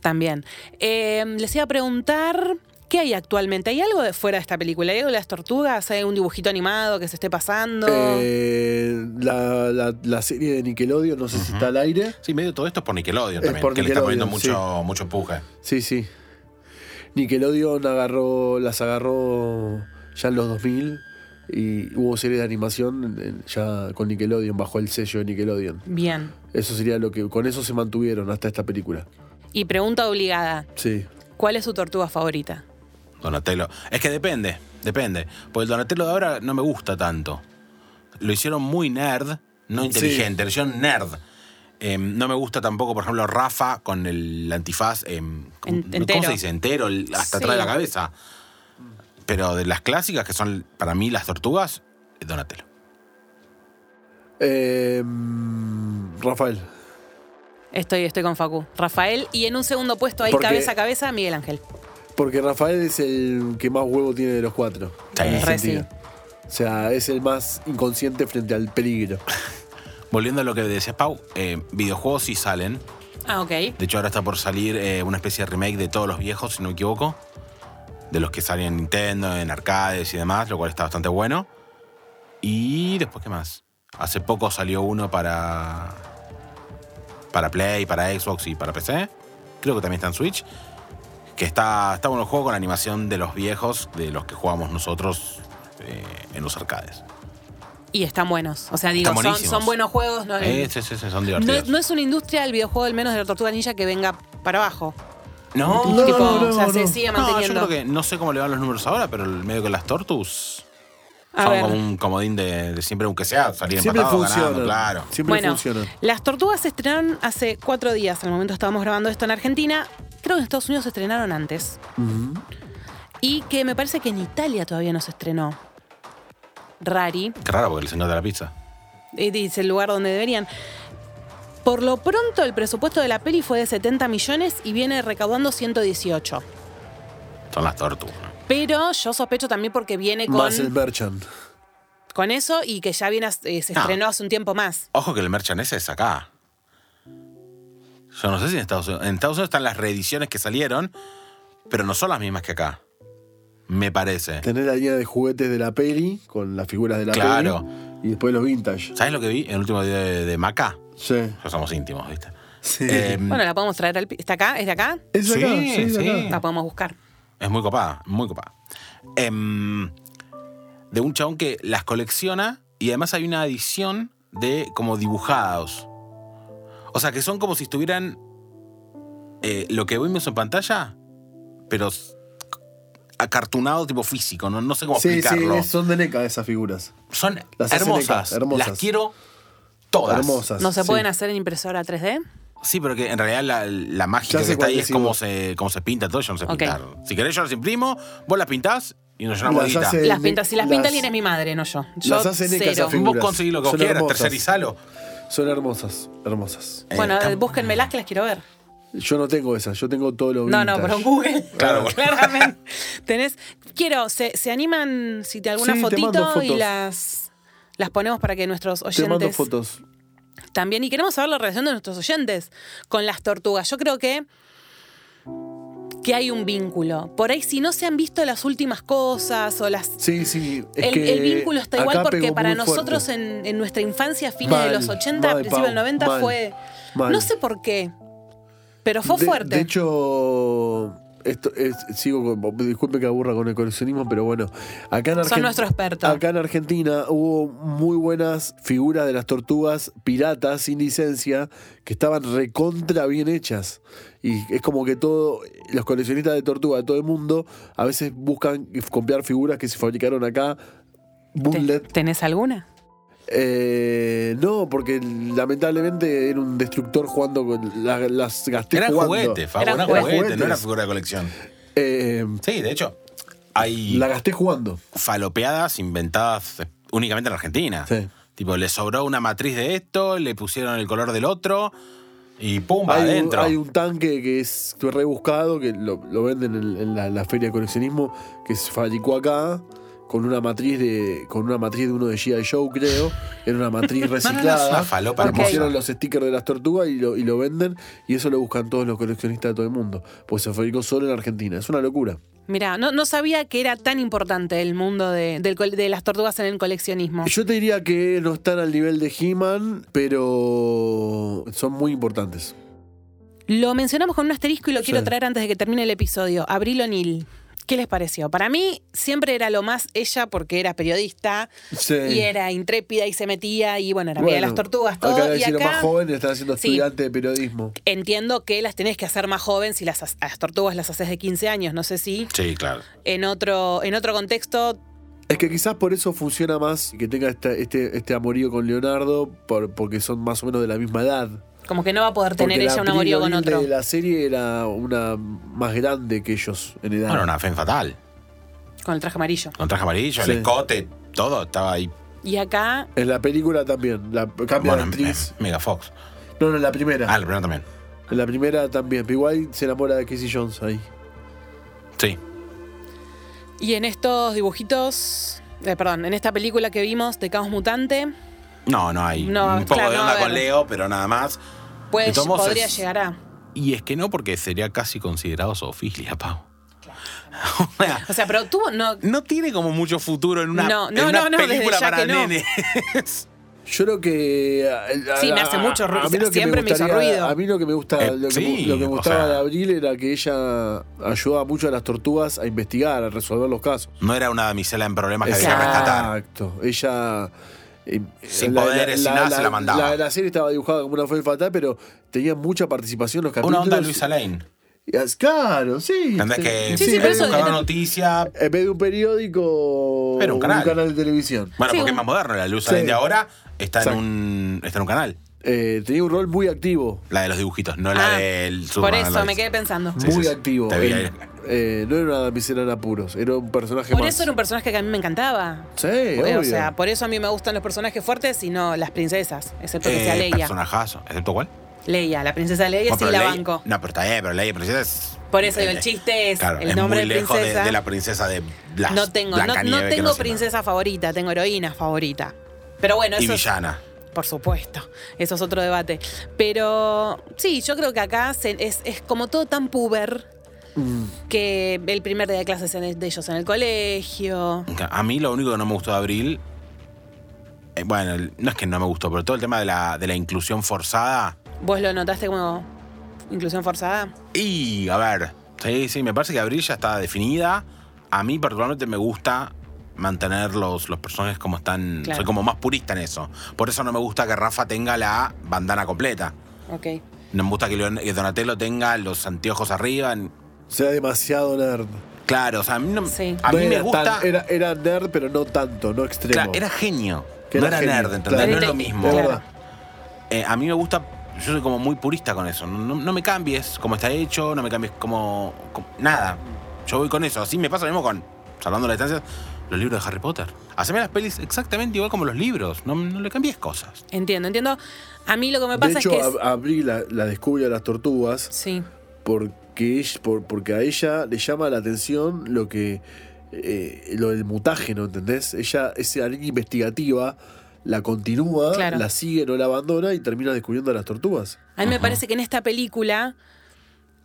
Speaker 1: También. Eh, les iba a preguntar, ¿qué hay actualmente? ¿Hay algo de fuera de esta película? ¿Hay algo de las tortugas? ¿Hay un dibujito animado que se esté pasando?
Speaker 5: Eh, la, la- la serie de Nickelodeon, no sé si está al aire.
Speaker 6: Sí, medio todo esto es por Nickelodeon
Speaker 5: Es
Speaker 6: también,
Speaker 5: por
Speaker 6: que le está poniendo
Speaker 5: Nickelodeon,
Speaker 6: mucho, mucho empuje.
Speaker 5: Sí, sí. Nickelodeon agarró, las agarró ya en los 2000 y hubo series de animación eh, ya con Nickelodeon, bajo el sello de Nickelodeon.
Speaker 1: Bien.
Speaker 5: Eso sería lo que. Con eso se mantuvieron hasta esta película.
Speaker 1: Y pregunta obligada,
Speaker 5: Sí.
Speaker 1: ¿cuál es su tortuga favorita?
Speaker 6: Donatello. Es que depende, depende. Porque el Donatello de ahora no me gusta tanto. Lo hicieron muy nerd, no inteligente, lo hicieron nerd. Em, no me gusta tampoco, por ejemplo, Rafa con el antifaz. em, ¿cómo-
Speaker 1: En- entero.
Speaker 6: ¿Cómo se dice? Entero, el- hasta
Speaker 1: Sí.
Speaker 6: atrás de la cabeza. Pero de las clásicas, que son para mí las tortugas, es Donatello.
Speaker 5: Eh, mm, Rafael.
Speaker 1: Estoy, estoy con Facu. Rafael, y en un segundo puesto ahí
Speaker 5: Porque-
Speaker 1: cabeza a cabeza, Miguel Ángel.
Speaker 5: Porque Rafael es el que más huevo tiene de los cuatro.
Speaker 6: Sí.
Speaker 5: En ese
Speaker 1: Re
Speaker 5: sentido. O sea, es el más inconsciente frente al peligro.
Speaker 6: Volviendo a lo que decías, Pau, eh, videojuegos sí salen.
Speaker 1: Ah, ok.
Speaker 6: De hecho, ahora está por salir eh, una especie de remake de todos los viejos, si no me equivoco. De los que salen en Nintendo, en arcades y demás, lo cual está bastante bueno. Y después, ¿qué más? Hace poco salió uno para. para Play, para Xbox y para PC. Creo que también está en Switch. Que está, está bueno el juego con animación de los viejos, de los que jugamos nosotros eh, en los arcades.
Speaker 1: Y están buenos. O sea, digo,
Speaker 6: Están
Speaker 1: son,
Speaker 6: buenísimos.
Speaker 1: son buenos juegos. No,
Speaker 6: Eh, sí, sí, sí, son
Speaker 1: no,
Speaker 6: divertidos.
Speaker 1: no es una industria del videojuego, al menos de la tortuga ninja, que venga para abajo.
Speaker 6: No,
Speaker 5: No,
Speaker 1: tipo,
Speaker 5: no,
Speaker 1: o sea,
Speaker 5: no,
Speaker 1: se
Speaker 5: no.
Speaker 1: sigue
Speaker 6: No, yo
Speaker 1: manteniendo.
Speaker 6: creo que no sé cómo le van los números ahora, pero el medio que las Tortus
Speaker 1: A
Speaker 6: son
Speaker 1: ver.
Speaker 6: como un comodín de, de siempre, aunque sea salir
Speaker 5: Siempre
Speaker 6: empatado,
Speaker 5: funciona.
Speaker 6: ganando, claro.
Speaker 5: Siempre
Speaker 1: Bueno,
Speaker 5: funciona.
Speaker 1: las tortugas se estrenaron hace cuatro días. Al momento estábamos grabando esto en Argentina. Creo que en Estados Unidos se estrenaron antes.
Speaker 5: Ujú.
Speaker 1: Y que me parece que en Italia todavía no se estrenó. Rari.
Speaker 6: Qué raro porque el señor de la pizza.
Speaker 1: eh, dice el lugar donde deberían. Por lo pronto, el presupuesto de la peli fue de 70 millones y viene recaudando 118.
Speaker 6: Son las Tortus. ¿no?
Speaker 1: Pero yo sospecho también porque viene
Speaker 5: Más el
Speaker 1: eh, con,
Speaker 5: Merchant.
Speaker 1: con eso y que ya viene, as- eh, se
Speaker 5: Ah.
Speaker 6: No.
Speaker 1: estrenó hace un tiempo más.
Speaker 6: Ojo que el merchan ese es acá. Yo no sé si en Estados Unidos. En Estados Unidos están las reediciones que salieron, pero no son las mismas que acá. Me parece.
Speaker 5: Tener la línea de juguetes de la peli con las figuras de la
Speaker 6: Claro.
Speaker 5: peli. Y después los vintage.
Speaker 6: ¿Sabes lo que vi en el último video de, de Maca?
Speaker 5: Sí.
Speaker 6: Ya somos íntimos, ¿viste?
Speaker 5: Sí.
Speaker 6: Eh,
Speaker 1: Bueno, la podemos traer al... pi- ¿Está acá? ¿Es de acá?
Speaker 5: Es acá,
Speaker 6: sí,
Speaker 5: sí, es
Speaker 6: sí.
Speaker 5: acá.
Speaker 1: La podemos buscar.
Speaker 6: Es muy copada, muy copada. Em, de un chabón que las colecciona y además hay una edición de como dibujados. O sea, que son como si estuvieran eh, lo que vimos en pantalla, pero s- acartunado tipo físico, no, no sé cómo
Speaker 5: Sí, sí,
Speaker 6: explicarlo.
Speaker 5: es- son de NECA esas figuras.
Speaker 6: Son
Speaker 5: Las hacen
Speaker 6: hermosas,
Speaker 5: ecas, hermosas.
Speaker 6: las quiero todas.
Speaker 5: Hermosas.
Speaker 1: ¿No se
Speaker 5: Ah, sí.
Speaker 1: pueden hacer en impresora 3D?
Speaker 6: Sí, pero que en realidad la, la
Speaker 5: Ya
Speaker 6: magia
Speaker 5: sé
Speaker 6: que está
Speaker 5: cuál
Speaker 6: ahí es
Speaker 5: decís
Speaker 6: cómo
Speaker 5: vos.
Speaker 6: se, cómo se pinta todo. Yo no sé
Speaker 1: Ok.
Speaker 6: pintar. Si querés, yo las imprimo, vos las pintás y nos llenamos de
Speaker 5: Las
Speaker 6: guita.
Speaker 5: hace-
Speaker 1: Las pintas, si las,
Speaker 5: Eh, Las-
Speaker 1: pinta alguien es mi madre, no yo. Yo
Speaker 5: las hacen en
Speaker 1: cero.
Speaker 5: casa, fin.
Speaker 6: Vos
Speaker 5: figuras.
Speaker 6: conseguís lo que vos
Speaker 5: Son
Speaker 6: quieras,
Speaker 5: hermosas.
Speaker 6: tercerizalo.
Speaker 5: Son hermosas, hermosas.
Speaker 6: Eh,
Speaker 1: Bueno,
Speaker 6: está-
Speaker 1: búsquenmelas que las quiero ver.
Speaker 5: Yo no tengo esas, yo tengo todo lo
Speaker 1: No, no,
Speaker 5: vintage.
Speaker 1: pero en Google.
Speaker 6: Claro.
Speaker 1: claramente. Tenés. Quiero, se, se animan si te alguna
Speaker 5: Sí, te
Speaker 1: fotito
Speaker 5: mando
Speaker 1: y
Speaker 5: fotos.
Speaker 1: las, las ponemos para que nuestros oyentes.
Speaker 5: Te mando fotos.
Speaker 1: También, y queremos saber la relación de nuestros oyentes con las tortugas. Yo creo que, que hay un vínculo. Por ahí, si no se han visto las últimas cosas o las.
Speaker 5: Sí, sí. es
Speaker 1: el,
Speaker 5: que
Speaker 1: el vínculo está igual
Speaker 5: acá
Speaker 1: porque
Speaker 5: pegó
Speaker 1: para
Speaker 5: muy
Speaker 1: nosotros
Speaker 5: fuerte.
Speaker 1: en, en nuestra infancia, fines
Speaker 5: Mal,
Speaker 1: de los 80,
Speaker 5: mal,
Speaker 1: principio del
Speaker 5: Pau,
Speaker 1: 90,
Speaker 5: mal,
Speaker 1: fue.
Speaker 5: mal.
Speaker 1: No sé por qué, pero fue
Speaker 5: De-
Speaker 1: fuerte.
Speaker 5: De hecho, esto es, sigo con, disculpe que aburra con el coleccionismo, pero bueno, acá en,
Speaker 1: Son
Speaker 5: Argen-
Speaker 1: nuestro experto.
Speaker 5: acá en Argentina hubo muy buenas figuras de las tortugas piratas sin licencia que estaban recontra bien hechas. Y es como que todo, los coleccionistas de tortuga de todo el mundo a veces buscan comprar figuras que se fabricaron acá.
Speaker 1: ¿Te-
Speaker 5: Bullet.
Speaker 1: ¿Tenés alguna?
Speaker 5: Eh, no, porque lamentablemente era un destructor jugando con la- las gasté
Speaker 6: Eran
Speaker 5: jugando.
Speaker 6: juguetes, Fabo,
Speaker 1: Eran
Speaker 6: eran
Speaker 1: juguetes.
Speaker 6: juguetes, no era figura de colección.
Speaker 5: Eh,
Speaker 6: Sí, de hecho, hay
Speaker 5: la gasté jugando.
Speaker 6: falopeadas inventadas eh, únicamente en Argentina.
Speaker 5: Sí.
Speaker 6: Tipo, le sobró una matriz de esto, le pusieron el color del otro y pum, va
Speaker 5: Hay, un-
Speaker 6: adentro.
Speaker 5: hay un tanque que es rebuscado, que lo, lo venden en, en la, la feria de coleccionismo, que se fabricó acá con una matriz de con una matriz de uno de G.I. Joe, creo. Era una matriz
Speaker 6: No, no, no,
Speaker 5: reciclada.
Speaker 6: es una falopa
Speaker 5: Le
Speaker 6: hermosa.
Speaker 5: pusieron los stickers de las tortugas y lo, y lo venden. Y eso lo buscan todos los coleccionistas de todo el mundo. Pues se fabricó solo en Argentina. Es una locura.
Speaker 1: Mirá, no, no sabía que era tan importante el mundo de, del col- de las tortugas en el coleccionismo.
Speaker 5: Yo te diría que no están al nivel de He-Man, pero son muy importantes.
Speaker 1: Lo mencionamos con un asterisco y lo quiero
Speaker 5: Sí.
Speaker 1: traer antes de que termine el episodio. Abril O'Neill. ¿Qué les pareció? Para mí siempre era lo más ella porque era periodista
Speaker 5: Sí.
Speaker 1: y era intrépida y se metía y bueno, era amiga de
Speaker 5: Bueno,
Speaker 1: las tortugas, todo.
Speaker 5: Acá
Speaker 1: y
Speaker 5: hicieron
Speaker 1: acá
Speaker 5: más jóvenes, están haciendo
Speaker 1: Sí.
Speaker 5: estudiante de periodismo.
Speaker 1: entiendo que las tenés que hacer más joven si las, ha- a las tortugas las haces de 15 años, no sé si
Speaker 6: Sí, claro.
Speaker 5: Ah.
Speaker 1: en otro, en otro contexto
Speaker 5: Es que quizás por eso funciona más que tenga esta- este, este amorío con Leonardo, por- porque son más o menos de la misma edad.
Speaker 1: como que no va a poder tener
Speaker 5: Porque la
Speaker 1: ella un amorío con
Speaker 5: Avril
Speaker 1: otro.
Speaker 5: Lavigne de la serie era una más grande que ellos en edad.
Speaker 6: Bueno, una fe fatal.
Speaker 1: Con el traje amarillo.
Speaker 6: Con traje amarillo,
Speaker 5: Sí.
Speaker 6: el escote, todo estaba ahí.
Speaker 1: Y acá
Speaker 5: En la película también, la cambia
Speaker 6: Bueno,
Speaker 5: de actriz.
Speaker 6: me- Mega Fox.
Speaker 5: No, no, en la primera.
Speaker 6: Ah, el primero también.
Speaker 5: En la primera también. Pero igual se enamora de Casey Jones ahí.
Speaker 6: Sí.
Speaker 1: Y en estos dibujitos, eh, perdón, en esta película que vimos de Caos Mutante,
Speaker 6: No, no hay.
Speaker 1: No,
Speaker 6: un poco
Speaker 1: claro,
Speaker 6: de
Speaker 1: no,
Speaker 6: onda
Speaker 1: a ver.
Speaker 6: con Leo, pero nada más.
Speaker 1: pues,
Speaker 6: De todos modos,
Speaker 1: podría
Speaker 6: es-
Speaker 1: llegar a.
Speaker 6: Y es que no, porque sería casi considerado zoofilia, Pau.
Speaker 1: O sea, pero tú no.
Speaker 6: no tiene como mucho futuro en una,
Speaker 1: No,
Speaker 6: en
Speaker 1: no,
Speaker 6: una
Speaker 1: no, no, desde
Speaker 6: película
Speaker 1: ya
Speaker 6: para
Speaker 1: que no.
Speaker 6: nene.
Speaker 5: Yo lo que. a- a-
Speaker 1: Sí, me hace mucho ruido,
Speaker 5: a mí lo que
Speaker 1: siempre me hizo
Speaker 5: gustaría-
Speaker 1: ruido.
Speaker 5: A mí lo que me gusta,
Speaker 6: Eh,
Speaker 5: lo, que,
Speaker 6: sí,
Speaker 5: lo que me
Speaker 6: o
Speaker 5: gustaba
Speaker 6: sea.
Speaker 5: de Abril era que ella ayudaba mucho a las tortugas a investigar, a resolver los casos.
Speaker 6: No era una damisela en problemas que había que
Speaker 1: Exacto.
Speaker 6: rescatar.
Speaker 5: Exacto. Ella. eh,
Speaker 6: Sin poderes, sin nada, se la mandaba.
Speaker 5: La, la serie estaba dibujada como una fue fatal, pero tenía mucha participación en los capítulos.
Speaker 6: Una onda Luisa Lane.
Speaker 5: Y as- Claro, sí.
Speaker 6: ¿Entendés
Speaker 5: Te-
Speaker 6: que
Speaker 1: Sí, sí,
Speaker 6: eh,
Speaker 1: pero eso-
Speaker 6: buscaba noticia?
Speaker 5: En vez de un periódico,
Speaker 6: Pero un canal.
Speaker 5: de televisión.
Speaker 6: Bueno,
Speaker 1: Sí,
Speaker 6: porque
Speaker 1: un-
Speaker 6: es más moderno. La Luisa
Speaker 5: Sí.
Speaker 6: Lane de ahora está en,
Speaker 5: Exacto.
Speaker 6: un, está en un canal.
Speaker 5: Eh, tenía un rol muy activo.
Speaker 6: La de los dibujitos, no
Speaker 1: Ah,
Speaker 6: la del
Speaker 1: por
Speaker 6: Superman, la
Speaker 1: eso
Speaker 6: de-
Speaker 1: me quedé pensando.
Speaker 6: Sí,
Speaker 5: muy
Speaker 6: sí, sí.
Speaker 5: activo.
Speaker 6: Te vi
Speaker 5: Él,
Speaker 6: ahí.
Speaker 5: eh, no era una damisela en apuros, era un personaje
Speaker 1: Por
Speaker 5: más.
Speaker 1: eso era un personaje que a mí me encantaba. Eh,
Speaker 5: Sí,
Speaker 1: o
Speaker 5: obvio.
Speaker 1: sea, por eso a mí me gustan los personajes fuertes y no las princesas, excepto que sea
Speaker 6: Eh,
Speaker 1: Leia.
Speaker 6: personajazo, ¿excepto cuál?
Speaker 1: Leia, la princesa Leia
Speaker 6: Bueno,
Speaker 1: sí
Speaker 6: pero
Speaker 1: la
Speaker 6: Leia-
Speaker 1: banco.
Speaker 6: No, pero está bien, pero Leia Princesa es.
Speaker 1: Por eso digo, el
Speaker 6: eh,
Speaker 1: chiste es
Speaker 6: Claro,
Speaker 1: el
Speaker 6: es
Speaker 1: nombre
Speaker 6: muy
Speaker 1: de
Speaker 6: lejos de,
Speaker 1: princesa.
Speaker 6: de la princesa de Blas.
Speaker 1: no tengo, no, no
Speaker 6: Blancanieves, que
Speaker 1: tengo
Speaker 6: sé nada.
Speaker 1: princesa favorita, tengo heroína favorita. Pero bueno,
Speaker 6: Y
Speaker 1: eso es-
Speaker 6: villana.
Speaker 1: Por supuesto, eso es otro debate. Pero sí, yo creo que acá se- es, es como todo tan puber
Speaker 5: Mm.
Speaker 1: que el primer día de clases en- de ellos en el colegio.
Speaker 6: A mí lo único que no me gustó de Abril. eh, bueno, el- no es que no me gustó, pero todo el tema de la, de la inclusión forzada.
Speaker 1: ¿Vos lo notaste como inclusión forzada?
Speaker 6: Y, a ver. Sí, sí, me parece que Abril ya está definida. A mí particularmente me gusta mantener los, los personajes como están.
Speaker 1: Claro.
Speaker 6: Soy como más purista en eso. Por eso no me gusta que Rafa tenga la bandana completa.
Speaker 1: Ok.
Speaker 6: No me gusta que Leon- que Donatello tenga los anteojos arriba. n-
Speaker 5: Sea demasiado nerd.
Speaker 6: Claro, o sea, a mí, no-
Speaker 1: Sí.
Speaker 6: a
Speaker 5: No
Speaker 6: mí me
Speaker 5: era
Speaker 6: gusta.
Speaker 5: tan- era, era nerd, pero no tanto, no extremo.
Speaker 6: Claro, era genio.
Speaker 5: Que
Speaker 6: no
Speaker 5: era
Speaker 6: era
Speaker 5: genio,
Speaker 6: nerd, ¿entendés?
Speaker 5: claro.
Speaker 6: No es lo mismo.
Speaker 5: Es verdad.
Speaker 6: Eh, a mí me gusta Yo soy como muy purista con eso. No, no- no me cambies cómo está hecho, no me cambies como nada. Yo voy con eso. Así me pasa lo mismo con, salvando la distancia, los libros de Harry Potter. Haceme las pelis exactamente igual como los libros. No, no le cambies cosas.
Speaker 1: Entiendo, entiendo. A mí lo que me
Speaker 5: De
Speaker 1: pasa
Speaker 5: hecho,
Speaker 1: es que. es-
Speaker 5: Ab- Abril la, la descubre a las tortugas
Speaker 1: Sí.
Speaker 5: porque, ella- por- porque a ella le llama la atención lo que eh, lo del mutágeno, ¿entendés? Ella, esa línea investigativa la continúa,
Speaker 1: Claro.
Speaker 5: la sigue, no la abandona y termina descubriendo a las tortugas.
Speaker 1: A mí me parece que en esta película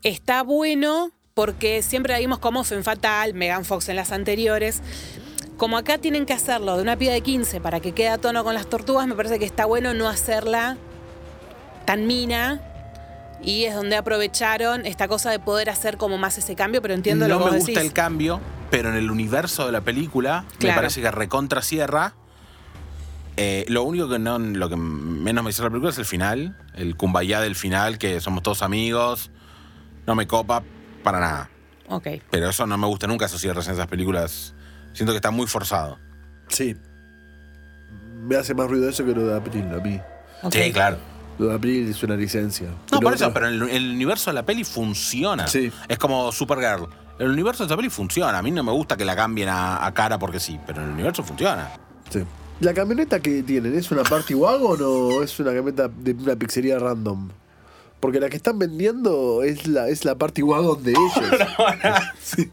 Speaker 1: está bueno porque siempre la vimos como Fen Fatal, Megan Fox en las anteriores. Como acá tienen que hacerlo de una piba de 15 para que quede a tono con las tortugas, me parece que está bueno no hacerla tan mina. Y es donde aprovecharon esta cosa de poder hacer como más ese cambio, pero entiendo
Speaker 6: no
Speaker 1: lo que
Speaker 6: me
Speaker 1: vos
Speaker 6: gusta
Speaker 1: decís.
Speaker 6: el cambio, pero en el universo de la película
Speaker 1: Claro.
Speaker 6: me parece que recontra cierra. Eh, lo único que no, lo que menos me cierra la película es el final, el cumbayá del final, que somos todos amigos, no me copa para nada.
Speaker 1: Ok.
Speaker 6: Pero eso no me gusta nunca, esos cierres en esas películas. Siento que está muy forzado.
Speaker 5: Sí. Me hace más ruido eso que lo de Abril a mí.
Speaker 1: ok.
Speaker 6: Sí, claro.
Speaker 5: Lo de Abril es una licencia.
Speaker 6: No, por
Speaker 5: otra-
Speaker 6: eso, pero el, el universo de la peli funciona.
Speaker 5: Sí.
Speaker 6: Es como Supergirl. El universo de esa peli funciona. A mí no me gusta que la cambien a, a cara porque sí, pero el universo funciona.
Speaker 5: Sí. ¿La camioneta que tienen es una party wagon o es una camioneta de una pizzería random? Porque la que están vendiendo es la, es la party wagon de ellos.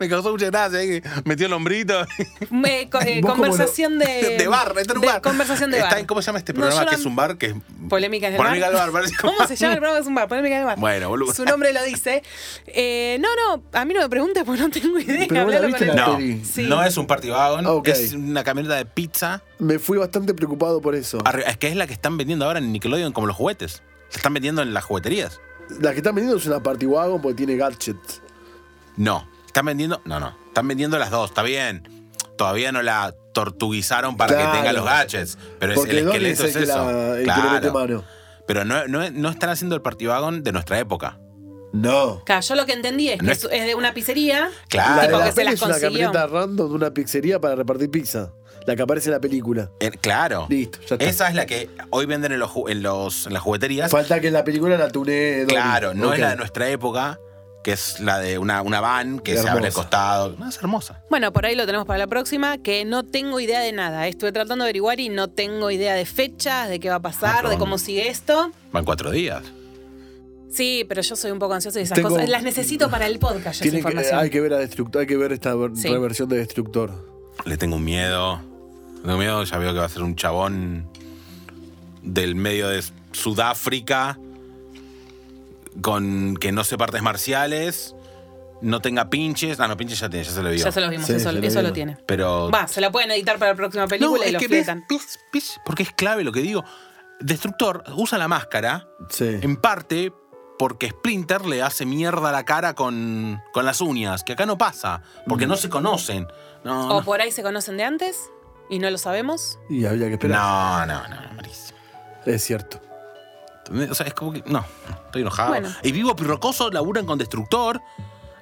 Speaker 6: Me causó mucha gracia, eh, que metió el hombrito.
Speaker 1: Me- co- eh,
Speaker 5: ¿Vos cómo
Speaker 1: conversación de.
Speaker 6: De bar, está en un
Speaker 1: de-
Speaker 6: bar.
Speaker 1: Conversación de
Speaker 6: Está
Speaker 1: bar.
Speaker 6: en- ¿Cómo se llama este
Speaker 1: No,
Speaker 6: programa?
Speaker 1: yo
Speaker 6: que
Speaker 1: no-
Speaker 6: es un bar que es.
Speaker 1: Polémica en el
Speaker 6: Polémica
Speaker 1: bar.
Speaker 6: del bar, parece.
Speaker 1: ¿Cómo se llama el programa? Es un bar, polémica del bar.
Speaker 6: Bueno, boludo.
Speaker 1: Su nombre lo dice. Eh, no, no, a mí no me preguntes porque no tengo idea.
Speaker 5: Pero vos la
Speaker 1: Hablalo
Speaker 5: viste
Speaker 1: con
Speaker 5: la
Speaker 1: él.
Speaker 6: No,
Speaker 5: peli.
Speaker 1: Sí.
Speaker 6: no es un party wagon,
Speaker 5: Ah, ok.
Speaker 6: es una camioneta de pizza.
Speaker 5: Me fui bastante preocupado por eso.
Speaker 6: Arri- Es que es la que están vendiendo ahora en Nickelodeon como los juguetes. Se están vendiendo en las jugueterías.
Speaker 5: La que están vendiendo es una party wagon porque tiene gadgets.
Speaker 6: No, están vendiendo. No, no. Están vendiendo las dos, está bien. Todavía no la tortuguizaron para
Speaker 5: Claro.
Speaker 6: que tenga los gadgets. Pero es,
Speaker 5: Porque
Speaker 6: el
Speaker 5: Donnie
Speaker 6: esqueleto es,
Speaker 5: el que,
Speaker 6: eso.
Speaker 5: la- el que le mete
Speaker 6: claro.
Speaker 5: mano.
Speaker 6: Pero no, no, no están haciendo el party wagon de nuestra época.
Speaker 5: No.
Speaker 1: Claro, yo lo que entendí es que
Speaker 6: No
Speaker 1: es,
Speaker 6: es-
Speaker 1: es de una pizzería.
Speaker 5: La,
Speaker 6: Claro.
Speaker 5: de
Speaker 1: Tipo
Speaker 5: la
Speaker 1: que se
Speaker 5: peli
Speaker 1: las
Speaker 5: es una
Speaker 1: consiguió.
Speaker 5: camioneta random de una pizzería para repartir pizza. La que aparece en la película.
Speaker 6: Eh, claro.
Speaker 5: Listo, ya está.
Speaker 6: Esa es la que hoy venden en, los, ju- en, los, en las jugueterías.
Speaker 5: Falta que en la película la tunee. Donnie.
Speaker 6: Claro, no
Speaker 5: Ok.
Speaker 6: es la de nuestra época, que es la de una, una van que se abre el
Speaker 5: Hermosa.
Speaker 6: costado. No, es hermosa.
Speaker 1: Bueno, por ahí lo tenemos para la próxima, que no tengo idea de nada. Estuve tratando de averiguar y no tengo idea de fechas, de qué va a pasar,
Speaker 6: Ah,
Speaker 1: de
Speaker 6: no.
Speaker 1: cómo sigue esto.
Speaker 6: Van cuatro días.
Speaker 1: Sí, pero yo soy un poco ansiosa y esas
Speaker 5: Tengo-
Speaker 1: cosas las necesito para el podcast. yo esa
Speaker 5: Tienen que-
Speaker 1: información.
Speaker 5: hay que ver a Destructor, hay que ver esta ver-
Speaker 1: Sí.
Speaker 5: reversión de Destructor.
Speaker 6: Le tengo un miedo. Le Tengo miedo, ya veo que va a ser un chabón del medio de Sudáfrica, con que no sepa artes marciales, no tenga pinches. Ah, no, pinches ya tiene, ya se lo vio.
Speaker 1: Ya se los vimos,
Speaker 5: Sí,
Speaker 1: eso,
Speaker 5: se lo
Speaker 1: eso lo
Speaker 5: vimos.
Speaker 1: tiene.
Speaker 6: Pero
Speaker 1: Va, se la pueden editar para la próxima película y lo
Speaker 6: ves,
Speaker 1: fletan.
Speaker 6: ves, ves, porque es clave lo que digo. Destructor usa la máscara,
Speaker 5: Sí.
Speaker 6: en parte porque Splinter le hace mierda la cara con, con las uñas, que acá no pasa, porque no se conocen. No,
Speaker 1: O
Speaker 6: no,
Speaker 1: por ahí se conocen de antes y no lo sabemos.
Speaker 5: Y había que esperar.
Speaker 6: no, no, no, Maris.
Speaker 5: Es cierto.
Speaker 6: ¿Entendés? O sea, es como que. No, estoy enojado.
Speaker 1: Bueno.
Speaker 6: Y Vivo Pirrocoso laburan con Destructor.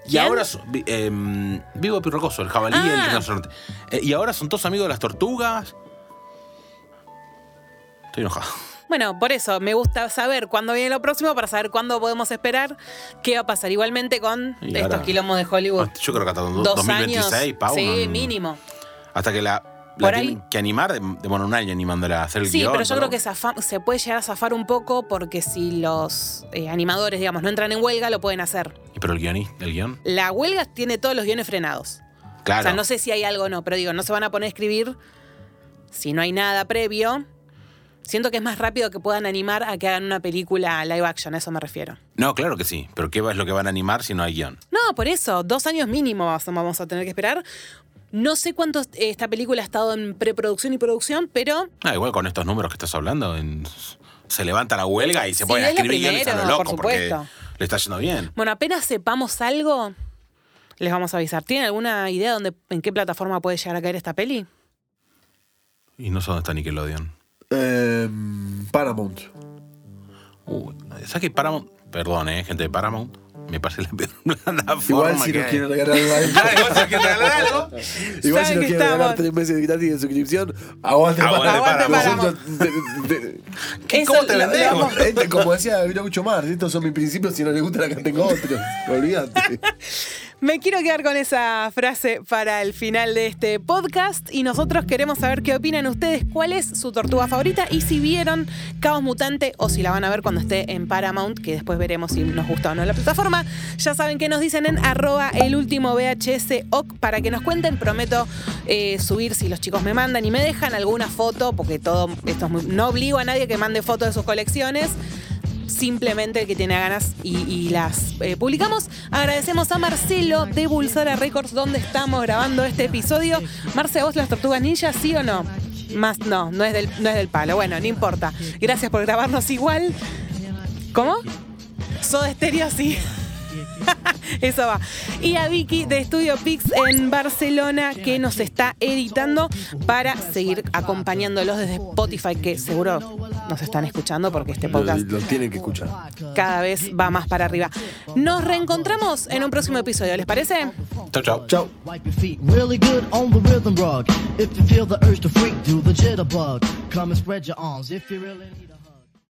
Speaker 6: Y
Speaker 1: ¿Quién?
Speaker 6: ahora. son- vi- em, Vivo Pirrocoso, el jabalí,
Speaker 1: Ah.
Speaker 6: el rinoceronte. Eh, y ahora son todos amigos de las tortugas. Estoy enojado.
Speaker 1: Bueno, por eso me gusta saber cuándo viene lo próximo para saber cuándo podemos esperar qué va a pasar. Igualmente con
Speaker 6: Y
Speaker 1: estos
Speaker 6: ahora-
Speaker 1: quilombos de Hollywood.
Speaker 6: Yo creo que hasta do-
Speaker 1: Dos
Speaker 6: 2026,
Speaker 1: años.
Speaker 6: Pau.
Speaker 1: sí,
Speaker 6: no-
Speaker 1: mínimo.
Speaker 6: Hasta que la,
Speaker 1: Por
Speaker 6: la
Speaker 1: ahí.
Speaker 6: tienen que animar, de- demoran un año animándola a hacer el
Speaker 1: Sí,
Speaker 6: guión,
Speaker 1: pero yo
Speaker 6: todo.
Speaker 1: creo que zafa- se puede llegar a zafar un poco porque si los eh, animadores, digamos, no entran en huelga, lo pueden hacer.
Speaker 6: Y Pero el guionista, el guión.
Speaker 1: La huelga tiene todos los guiones frenados.
Speaker 6: Claro.
Speaker 1: O sea, no sé si hay algo o no, pero digo, no se van a poner a escribir si no hay nada previo. Siento que es más rápido que puedan animar a que hagan una película live action, a eso me refiero.
Speaker 6: No, claro que sí. Pero ¿qué es lo que van a animar si no hay guión?
Speaker 1: No, por eso, dos años mínimo vas- vamos a tener que esperar. No sé cuánto eh, esta película ha estado en preproducción y producción, pero
Speaker 6: Ah, igual con estos números que estás hablando, en- se levanta la huelga y se
Speaker 1: Sí,
Speaker 6: pueden
Speaker 1: es lo
Speaker 6: escribir guiones a lo
Speaker 1: primero, por
Speaker 6: loco porque
Speaker 1: supuesto.
Speaker 6: le está yendo bien.
Speaker 1: bueno, apenas sepamos algo, les vamos a avisar. ¿Tienen alguna idea dónde, en qué plataforma puede llegar a caer esta peli?
Speaker 6: Y no sé dónde está Nickelodeon.
Speaker 5: Em, Paramount.
Speaker 6: Uh, ¿Sabes qué? Paramount. Perdón, eh, gente de Paramount. me parece la peor plataforma
Speaker 5: Igual si
Speaker 6: que
Speaker 5: nos
Speaker 6: hay.
Speaker 5: quieren regalar algo.
Speaker 6: Claro, igual si nos quieren regalar algo.
Speaker 5: Igual si
Speaker 1: Saben
Speaker 5: nos
Speaker 1: que
Speaker 5: quieren regalar
Speaker 1: estamos.
Speaker 5: tres meses gratis de suscripción, aguante para.
Speaker 6: Aguante para.
Speaker 5: Nosotros te- te-
Speaker 6: ¿Qué-
Speaker 1: Eso
Speaker 6: ¿Cómo te
Speaker 1: lo-
Speaker 6: vendemos?
Speaker 5: te- este, como decía Groucho Mar, estos son mis principios, si no les gusta la que tengo otros. Olvídate.
Speaker 1: Me quiero quedar con esa frase para el final de este podcast y nosotros queremos saber qué opinan ustedes, cuál es su tortuga favorita y si vieron Caos Mutante o si la van a ver cuando esté en Paramount, que después veremos si nos gusta o no la plataforma. Ya saben que nos dicen en arroba el último VHS OC para que nos cuenten. Prometo eh, subir si los chicos me mandan y me dejan alguna foto, porque todo esto es muy- no obligo a nadie que mande fotos de sus colecciones simplemente el que tiene ganas y, y las eh, publicamos. Agradecemos a Marcelo de Bulsara Records, donde estamos grabando este episodio. Marce, ¿a vos las tortugas ninjas, sí o no? Más no, no es del, no es del palo. Bueno, no importa. Gracias por grabarnos igual. ¿Cómo? Soda Stereo, sí. Eso va. Y a Vicky de Estudio Pix en Barcelona que nos está editando para seguir acompañándolos desde Spotify, que seguro nos están escuchando porque este
Speaker 5: Lo,
Speaker 1: podcast
Speaker 5: lo tienen que escuchar.
Speaker 1: cada vez va más para arriba. Nos reencontramos en un próximo episodio, ¿les parece?
Speaker 6: Chau, chau.
Speaker 5: Chao.
Speaker 2: Wipe your feet really good on the rhythm rug. If you feel the urge to freak, do the jitterbug. Come and spread your arms if you really need